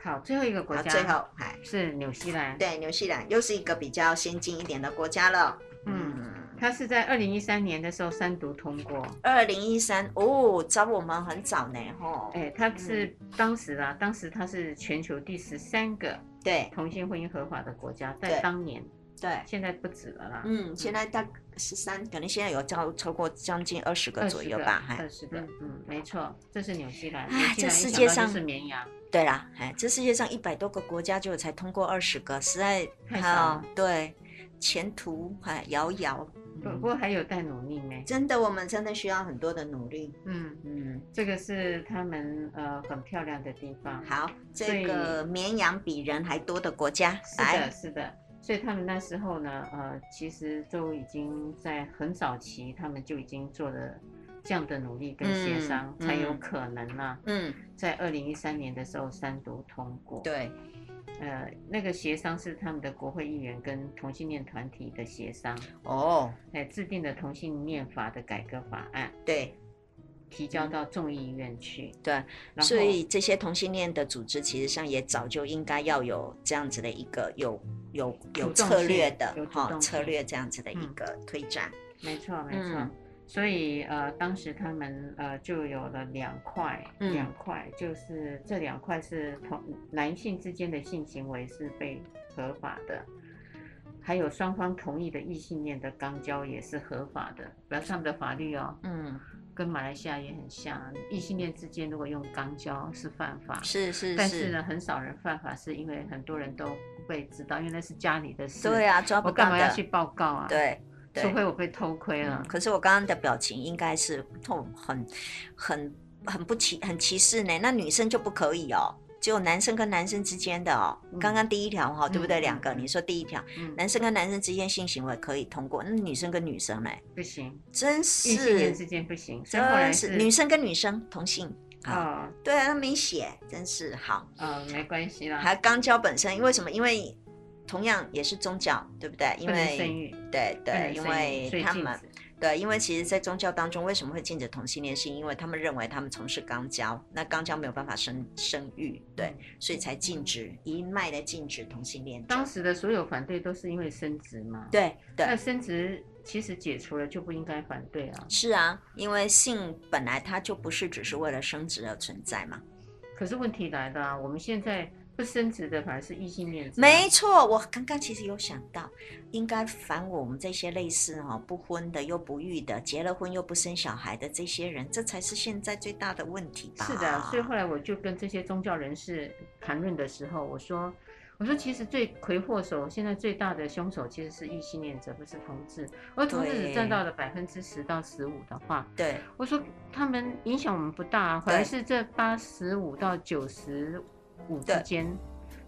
[SPEAKER 2] 好，最后一个国
[SPEAKER 3] 好，
[SPEAKER 2] 家
[SPEAKER 3] 最后哎，
[SPEAKER 2] 是纽西兰，
[SPEAKER 3] 对，纽西兰又是一个比较先进一点的国家了。
[SPEAKER 2] 嗯
[SPEAKER 3] 嗯，
[SPEAKER 2] 它是在二零一三年的时候三读通过。
[SPEAKER 3] 二零一三哦，找我们很早呢，吼。
[SPEAKER 2] 哎，它是当时啊，当时它是全球第十三个
[SPEAKER 3] 对
[SPEAKER 2] 同性婚姻合法的国家，在
[SPEAKER 3] 对
[SPEAKER 2] 当年，
[SPEAKER 3] 对，
[SPEAKER 2] 现在不止了啦，
[SPEAKER 3] 嗯，现在大十三，可能现在有超超过将近二十个
[SPEAKER 2] 二
[SPEAKER 3] 左
[SPEAKER 2] 十
[SPEAKER 3] 右
[SPEAKER 2] 个，
[SPEAKER 3] 吧，哎还
[SPEAKER 2] 二十个，嗯，没错，这是纽西兰，
[SPEAKER 3] 啊
[SPEAKER 2] 纽西
[SPEAKER 3] 这
[SPEAKER 2] 兰一
[SPEAKER 3] 世
[SPEAKER 2] 想
[SPEAKER 3] 界
[SPEAKER 2] 到就
[SPEAKER 3] 上
[SPEAKER 2] 是绵羊。
[SPEAKER 3] 对啦，哎，这世界上一百多个国家就才通过二十个，实在
[SPEAKER 2] 太
[SPEAKER 3] 还有
[SPEAKER 2] 少了
[SPEAKER 3] 对前途还遥遥。
[SPEAKER 2] 不不
[SPEAKER 3] 嗯
[SPEAKER 2] 过还有待努力呢。
[SPEAKER 3] 真的，我们真的需要很多的努力。
[SPEAKER 2] 嗯，
[SPEAKER 3] 嗯，
[SPEAKER 2] 这个是他们呃很漂亮的地方。
[SPEAKER 3] 好，
[SPEAKER 2] 所
[SPEAKER 3] 这
[SPEAKER 2] 以
[SPEAKER 3] 个绵羊比人还多的国家，
[SPEAKER 2] 是的，
[SPEAKER 3] 来，
[SPEAKER 2] 是的。所以他们那时候呢，呃，其实都已经在很早期，他们就已经做了这样的努力跟协商，
[SPEAKER 3] 嗯
[SPEAKER 2] 才有
[SPEAKER 3] 嗯
[SPEAKER 2] 可能呢、
[SPEAKER 3] 嗯，
[SPEAKER 2] 在二零一三年的时候三读通过。，
[SPEAKER 3] 对，
[SPEAKER 2] 呃，那个协商是他们的国会议员跟同性恋团体的协商，
[SPEAKER 3] 哦，
[SPEAKER 2] 哎，制定的同性恋法的改革法案，
[SPEAKER 3] 对
[SPEAKER 2] 提交
[SPEAKER 3] 嗯
[SPEAKER 2] 到众议院去。
[SPEAKER 3] 对，
[SPEAKER 2] 然后
[SPEAKER 3] 所以这些同性恋的组织其实上也早就应该要有这样子的一个有有有
[SPEAKER 2] 主动
[SPEAKER 3] 策
[SPEAKER 2] 性
[SPEAKER 3] 略的
[SPEAKER 2] 有主
[SPEAKER 3] 哈、
[SPEAKER 2] 动
[SPEAKER 3] 策
[SPEAKER 2] 性
[SPEAKER 3] 略这样子的一
[SPEAKER 2] 嗯
[SPEAKER 3] 个推展，
[SPEAKER 2] 没错，没错。
[SPEAKER 3] 嗯
[SPEAKER 2] 所以呃，当时他们呃就有了两块，
[SPEAKER 3] 嗯
[SPEAKER 2] 两块就是这两块是同男性之间的性行为是被合法的，还有双方同意的异性恋的肛交也是合法的。表示他们的法律哦，
[SPEAKER 3] 嗯，
[SPEAKER 2] 跟马来西亚也很像，异性恋之间如果用肛交是犯法。
[SPEAKER 3] 是是
[SPEAKER 2] 但是呢，很少人犯法，是因为很多人都不被知道，因为那是家里的事。
[SPEAKER 3] 对啊，抓
[SPEAKER 2] 我
[SPEAKER 3] 不
[SPEAKER 2] 干
[SPEAKER 3] 到
[SPEAKER 2] 嘛
[SPEAKER 3] 的。
[SPEAKER 2] 要去报告啊？，
[SPEAKER 3] 对，对
[SPEAKER 2] 除非我被偷窥了
[SPEAKER 3] 嗯。可是我刚刚的表情应该是痛，很很很不歧，很歧视呢。那女生就不可以哦，只有男生跟男生之间的哦
[SPEAKER 2] 嗯。
[SPEAKER 3] 刚刚第一条哈、对不对？
[SPEAKER 2] 嗯嗯
[SPEAKER 3] 两个，
[SPEAKER 2] 嗯
[SPEAKER 3] 你说第一条，
[SPEAKER 2] 嗯，
[SPEAKER 3] 男生跟男生之间性行为可以通过，那女生跟女生嘞，
[SPEAKER 2] 不行，
[SPEAKER 3] 真
[SPEAKER 2] 异性恋
[SPEAKER 3] 是
[SPEAKER 2] 之间不行，所以后来
[SPEAKER 3] 真
[SPEAKER 2] 是
[SPEAKER 3] 是女生跟女生同性啊。
[SPEAKER 2] 啊
[SPEAKER 3] 对啊，没写，真是好。
[SPEAKER 2] 呃没关系啦，
[SPEAKER 3] 还有肛交本身，因为什么？因为同样也是宗教，对不对？因
[SPEAKER 2] 不能生
[SPEAKER 3] 为
[SPEAKER 2] 育，
[SPEAKER 3] 对
[SPEAKER 2] 不
[SPEAKER 3] 对
[SPEAKER 2] 能，
[SPEAKER 3] 因
[SPEAKER 2] 生育所
[SPEAKER 3] 为
[SPEAKER 2] 以
[SPEAKER 3] 他
[SPEAKER 2] 禁
[SPEAKER 3] 们
[SPEAKER 2] 止
[SPEAKER 3] 对，因为其实，在宗教当中，为什么会禁止同性恋？是因为他们认为他们从事肛交，那肛交没有办法生生育，对，
[SPEAKER 2] 嗯
[SPEAKER 3] 所以才禁止一脉的禁止同性恋者。
[SPEAKER 2] 当时的所有反对都是因为生殖嘛，
[SPEAKER 3] 对
[SPEAKER 2] 那
[SPEAKER 3] 对
[SPEAKER 2] 生殖其实解除了就不应该反对啊，
[SPEAKER 3] 是啊，因为性本来它就不是只是为了生殖而存在嘛。
[SPEAKER 2] 可是啊问题来了啊，我们现在不生殖的反而是异性恋者啊，
[SPEAKER 3] 没错，我刚刚其实有想到，应该反我们这些类似哈、不婚的又不育的，结了婚又不生小孩的这些人，这才是现在最大的问题吧？
[SPEAKER 2] 是的，所以后来我就跟这些宗教人士谈论的时候，我说，我说其实罪魁祸首，现在最大的凶手其实是异性恋者，不是同志。而同志只
[SPEAKER 3] 对
[SPEAKER 2] 占到了百分之十到十五的话，
[SPEAKER 3] 对
[SPEAKER 2] 我说他们影响我们不大啊，反而
[SPEAKER 3] 对
[SPEAKER 2] 是这八十五到九十五之
[SPEAKER 3] 对
[SPEAKER 2] 间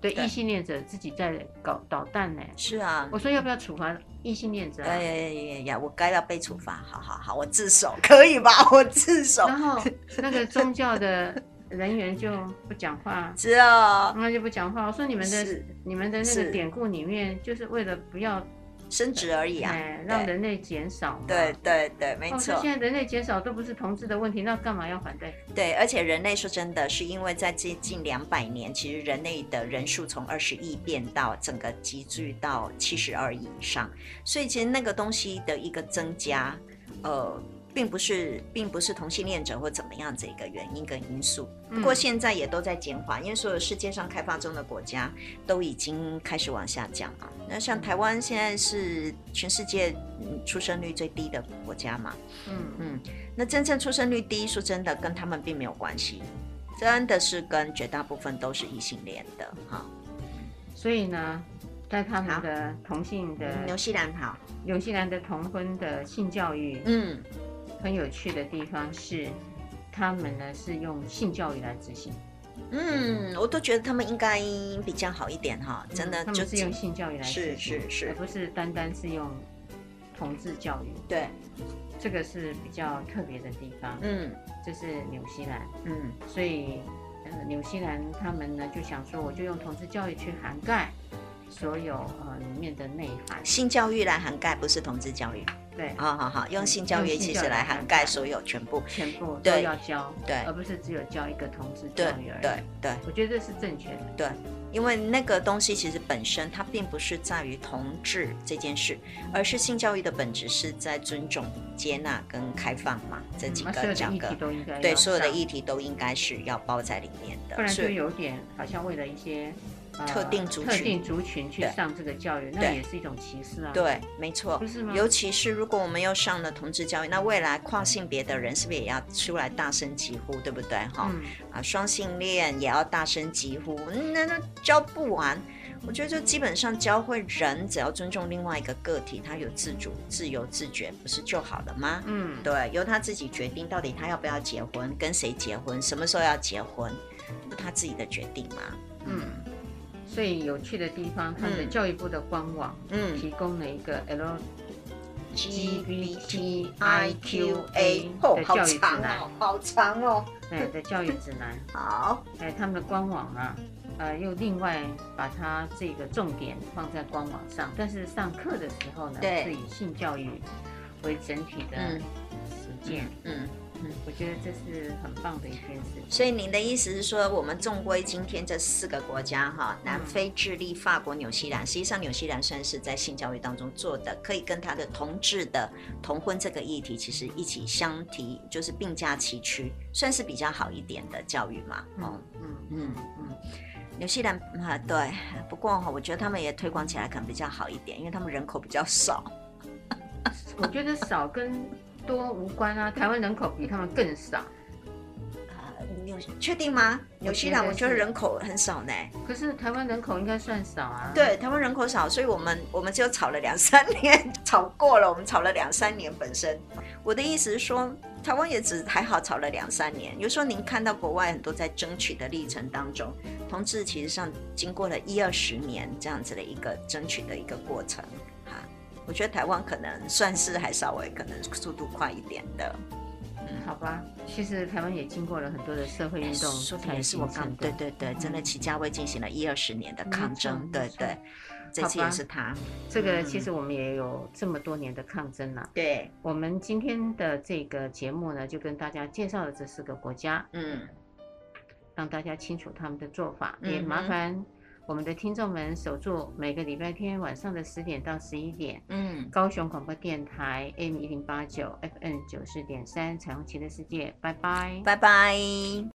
[SPEAKER 2] 对
[SPEAKER 3] 对
[SPEAKER 2] 异性恋者自己在搞捣蛋呢、
[SPEAKER 3] 是啊，
[SPEAKER 2] 我说要不要处罚异性恋者啊、
[SPEAKER 3] 哎呀呀呀呀！我该要被处罚，好好好，我自首可以吧？我自首， *laughs*
[SPEAKER 2] 然后那个宗教的人员就不讲
[SPEAKER 3] *laughs*
[SPEAKER 2] 话。
[SPEAKER 3] 只有
[SPEAKER 2] 那就不讲话。我说你们的
[SPEAKER 3] 哦是
[SPEAKER 2] 你们的那个
[SPEAKER 3] 是
[SPEAKER 2] 典故里面，就是为了不要
[SPEAKER 3] 升职而已啊。
[SPEAKER 2] 哎让人类减少嘛。
[SPEAKER 3] 对对对，没
[SPEAKER 2] 哦。我说
[SPEAKER 3] 错
[SPEAKER 2] 现，在人类减少都不是同志的问题，那干嘛要反对？
[SPEAKER 3] 对，而且人类说真的是因为在接近两百年，其实人类的人数从二十亿变到整个集聚到七十二亿以上，所以其实那个东西的一个增加，呃，并不是并不是同性恋者或怎么样子一个原因跟因素。不过
[SPEAKER 2] 嗯
[SPEAKER 3] 现在也都在减缓，因为所有世界上开发中的国家都已经开始往下降了。那像
[SPEAKER 2] 嗯
[SPEAKER 3] 台湾现在是全世界嗯出生率最低的国家嘛，
[SPEAKER 2] 嗯
[SPEAKER 3] 嗯，那真正出生率低，说真的，跟他们并没有关系，真的是跟绝大部分都是异性恋的哈。
[SPEAKER 2] 所以呢，在他们
[SPEAKER 3] 好嗯
[SPEAKER 2] 的同性的
[SPEAKER 3] 纽西兰好，
[SPEAKER 2] 纽西兰的同婚的性教育，
[SPEAKER 3] 嗯，
[SPEAKER 2] 很有趣的地方是，他们呢是用性教育来执行，
[SPEAKER 3] 嗯，我都觉得他们应该比较好一点哈，真的
[SPEAKER 2] 嗯他
[SPEAKER 3] 就
[SPEAKER 2] 们是用性教育来执
[SPEAKER 3] 是
[SPEAKER 2] 行，
[SPEAKER 3] 是是
[SPEAKER 2] 而不是单单是用同志教育，
[SPEAKER 3] 对，
[SPEAKER 2] 这个是比较特别的地方。
[SPEAKER 3] 嗯
[SPEAKER 2] 这是纽西兰，
[SPEAKER 3] 嗯
[SPEAKER 2] 所以呃，纽西兰他们呢就想说，我就用同志教育去涵盖所有呃里面的内涵，
[SPEAKER 3] 性教育来涵盖，不是同志教育，
[SPEAKER 2] 对，
[SPEAKER 3] 好好好，用性教
[SPEAKER 2] 用
[SPEAKER 3] 育
[SPEAKER 2] 性
[SPEAKER 3] 其
[SPEAKER 2] 教
[SPEAKER 3] 实
[SPEAKER 2] 育来
[SPEAKER 3] 来
[SPEAKER 2] 涵
[SPEAKER 3] 涵
[SPEAKER 2] 盖
[SPEAKER 3] 盖所有全部，
[SPEAKER 2] 全部都
[SPEAKER 3] 对
[SPEAKER 2] 要教，
[SPEAKER 3] 对
[SPEAKER 2] 而不是只有教一个同志教
[SPEAKER 3] 对
[SPEAKER 2] 育而已。
[SPEAKER 3] 对对，
[SPEAKER 2] 我觉得这是正确的，
[SPEAKER 3] 因为那个东西其实本身它并不是在于同志这件事，而是性教育的本质是在尊重、接纳跟开放嘛，这
[SPEAKER 2] 嗯
[SPEAKER 3] 几
[SPEAKER 2] 那所有的
[SPEAKER 3] 个两
[SPEAKER 2] 议题
[SPEAKER 3] 个，
[SPEAKER 2] 都应该
[SPEAKER 3] 对
[SPEAKER 2] 要
[SPEAKER 3] 所有的
[SPEAKER 2] 上
[SPEAKER 3] 议题都应该是要包在里面的。
[SPEAKER 2] 不然
[SPEAKER 3] 所
[SPEAKER 2] 就
[SPEAKER 3] 以
[SPEAKER 2] 有点好像为了一些。呃
[SPEAKER 3] 特定族
[SPEAKER 2] 特
[SPEAKER 3] 群
[SPEAKER 2] 定族群去
[SPEAKER 3] 对
[SPEAKER 2] 上这个教育，那
[SPEAKER 3] 对
[SPEAKER 2] 也是一种歧视啊，，
[SPEAKER 3] 对，没错
[SPEAKER 2] 不。是吗？
[SPEAKER 3] 尤其是如果我们又上了同志教育，那未来跨性别的人是不是也要出来大声疾呼，对不对？哈、
[SPEAKER 2] 嗯，
[SPEAKER 3] 啊，双性恋也要大声疾呼，嗯那那教不完。我觉得就基本上教会人，只要尊重另外一个个体，他有自主、自由、自觉，不是就好了吗？
[SPEAKER 2] 嗯，
[SPEAKER 3] 对，由他自己决定到底他要不要结婚，跟谁结婚，什么时候要结婚，不他自己的决定吗？
[SPEAKER 2] 嗯，所以有趣的地方，他们的
[SPEAKER 3] 嗯
[SPEAKER 2] 教育部的官网
[SPEAKER 3] 嗯
[SPEAKER 2] 提供了一个 L
[SPEAKER 3] ，GBTIQA，
[SPEAKER 2] 的
[SPEAKER 3] 哦，
[SPEAKER 2] 教
[SPEAKER 3] 好
[SPEAKER 2] 育指
[SPEAKER 3] 长
[SPEAKER 2] 南
[SPEAKER 3] 哦，，好长哦，
[SPEAKER 2] 对哎的教育指南，
[SPEAKER 3] 好，
[SPEAKER 2] 哎，他们的官网啊，呃，又另外把它这个重点放在官网上，但是上课的时候呢，
[SPEAKER 3] 对
[SPEAKER 2] 是以性教育为整体的
[SPEAKER 3] 嗯
[SPEAKER 2] 实践，
[SPEAKER 3] 嗯。
[SPEAKER 2] 我觉得这是很棒的一件事情。
[SPEAKER 3] 所以您的意思是说，我们纵归今天这四个国家哈，
[SPEAKER 2] 嗯
[SPEAKER 3] 南非、智利、法国、纽西兰，实际上纽西兰算是在性教育当中做的，可以跟它的同志的同婚这个议题其实一起相提，就是并驾齐驱，算是比较好一点的教育嘛。哦，
[SPEAKER 2] 嗯
[SPEAKER 3] 嗯嗯，纽西兰嗯啊对，不过哈，我觉得他们也推广起来可能比较好一点，因为他们人口比较少。
[SPEAKER 2] 我觉得少跟多无关啊，台湾人口比他们更少，
[SPEAKER 3] 呃纽确定吗？纽西兰
[SPEAKER 2] 我
[SPEAKER 3] 我
[SPEAKER 2] 觉
[SPEAKER 3] 觉
[SPEAKER 2] 得
[SPEAKER 3] 得
[SPEAKER 2] 是
[SPEAKER 3] 人口很少呢。
[SPEAKER 2] 可是台湾人口应该算少啊。
[SPEAKER 3] 对，台湾人口少，所以我们我们就吵了两三年，吵过了，我们吵了两三年本身。我的意思是说，台湾也只还好吵了两三年。有时候您看到国外很多在争取的历程当中，同志其实上经过了一二十年这样子的一个争取的一个过程哈、我觉得台湾可能算是还稍微可能速度快一点的。
[SPEAKER 2] 好吧，其实台湾也经过了很多的社会运动，
[SPEAKER 3] 哎说的
[SPEAKER 2] 才
[SPEAKER 3] 也是我
[SPEAKER 2] 形成的
[SPEAKER 3] 刚对对对，真的
[SPEAKER 2] 嗯
[SPEAKER 3] 齐家威进行了一二十年的
[SPEAKER 2] 没
[SPEAKER 3] 抗
[SPEAKER 2] 错
[SPEAKER 3] 争，
[SPEAKER 2] 嗯没
[SPEAKER 3] 对
[SPEAKER 2] 错
[SPEAKER 3] 对，这
[SPEAKER 2] 好
[SPEAKER 3] 次也
[SPEAKER 2] 吧
[SPEAKER 3] 是他，
[SPEAKER 2] 这个
[SPEAKER 3] 嗯
[SPEAKER 2] 其实我们也有这么多年的抗争啊了、
[SPEAKER 3] 对，
[SPEAKER 2] 我们今天的这个节目呢，就跟大家介绍了这四个国家，
[SPEAKER 3] 嗯，
[SPEAKER 2] 让大家清楚他们的做法。
[SPEAKER 3] 嗯哼
[SPEAKER 2] 也麻烦我们的听众们守住每个礼拜天晚上的十点到十一点，
[SPEAKER 3] 嗯，
[SPEAKER 2] 高雄广播电台 M 一零八九 FM 九十点三《彩虹旗的世界》，拜拜。
[SPEAKER 3] 拜拜。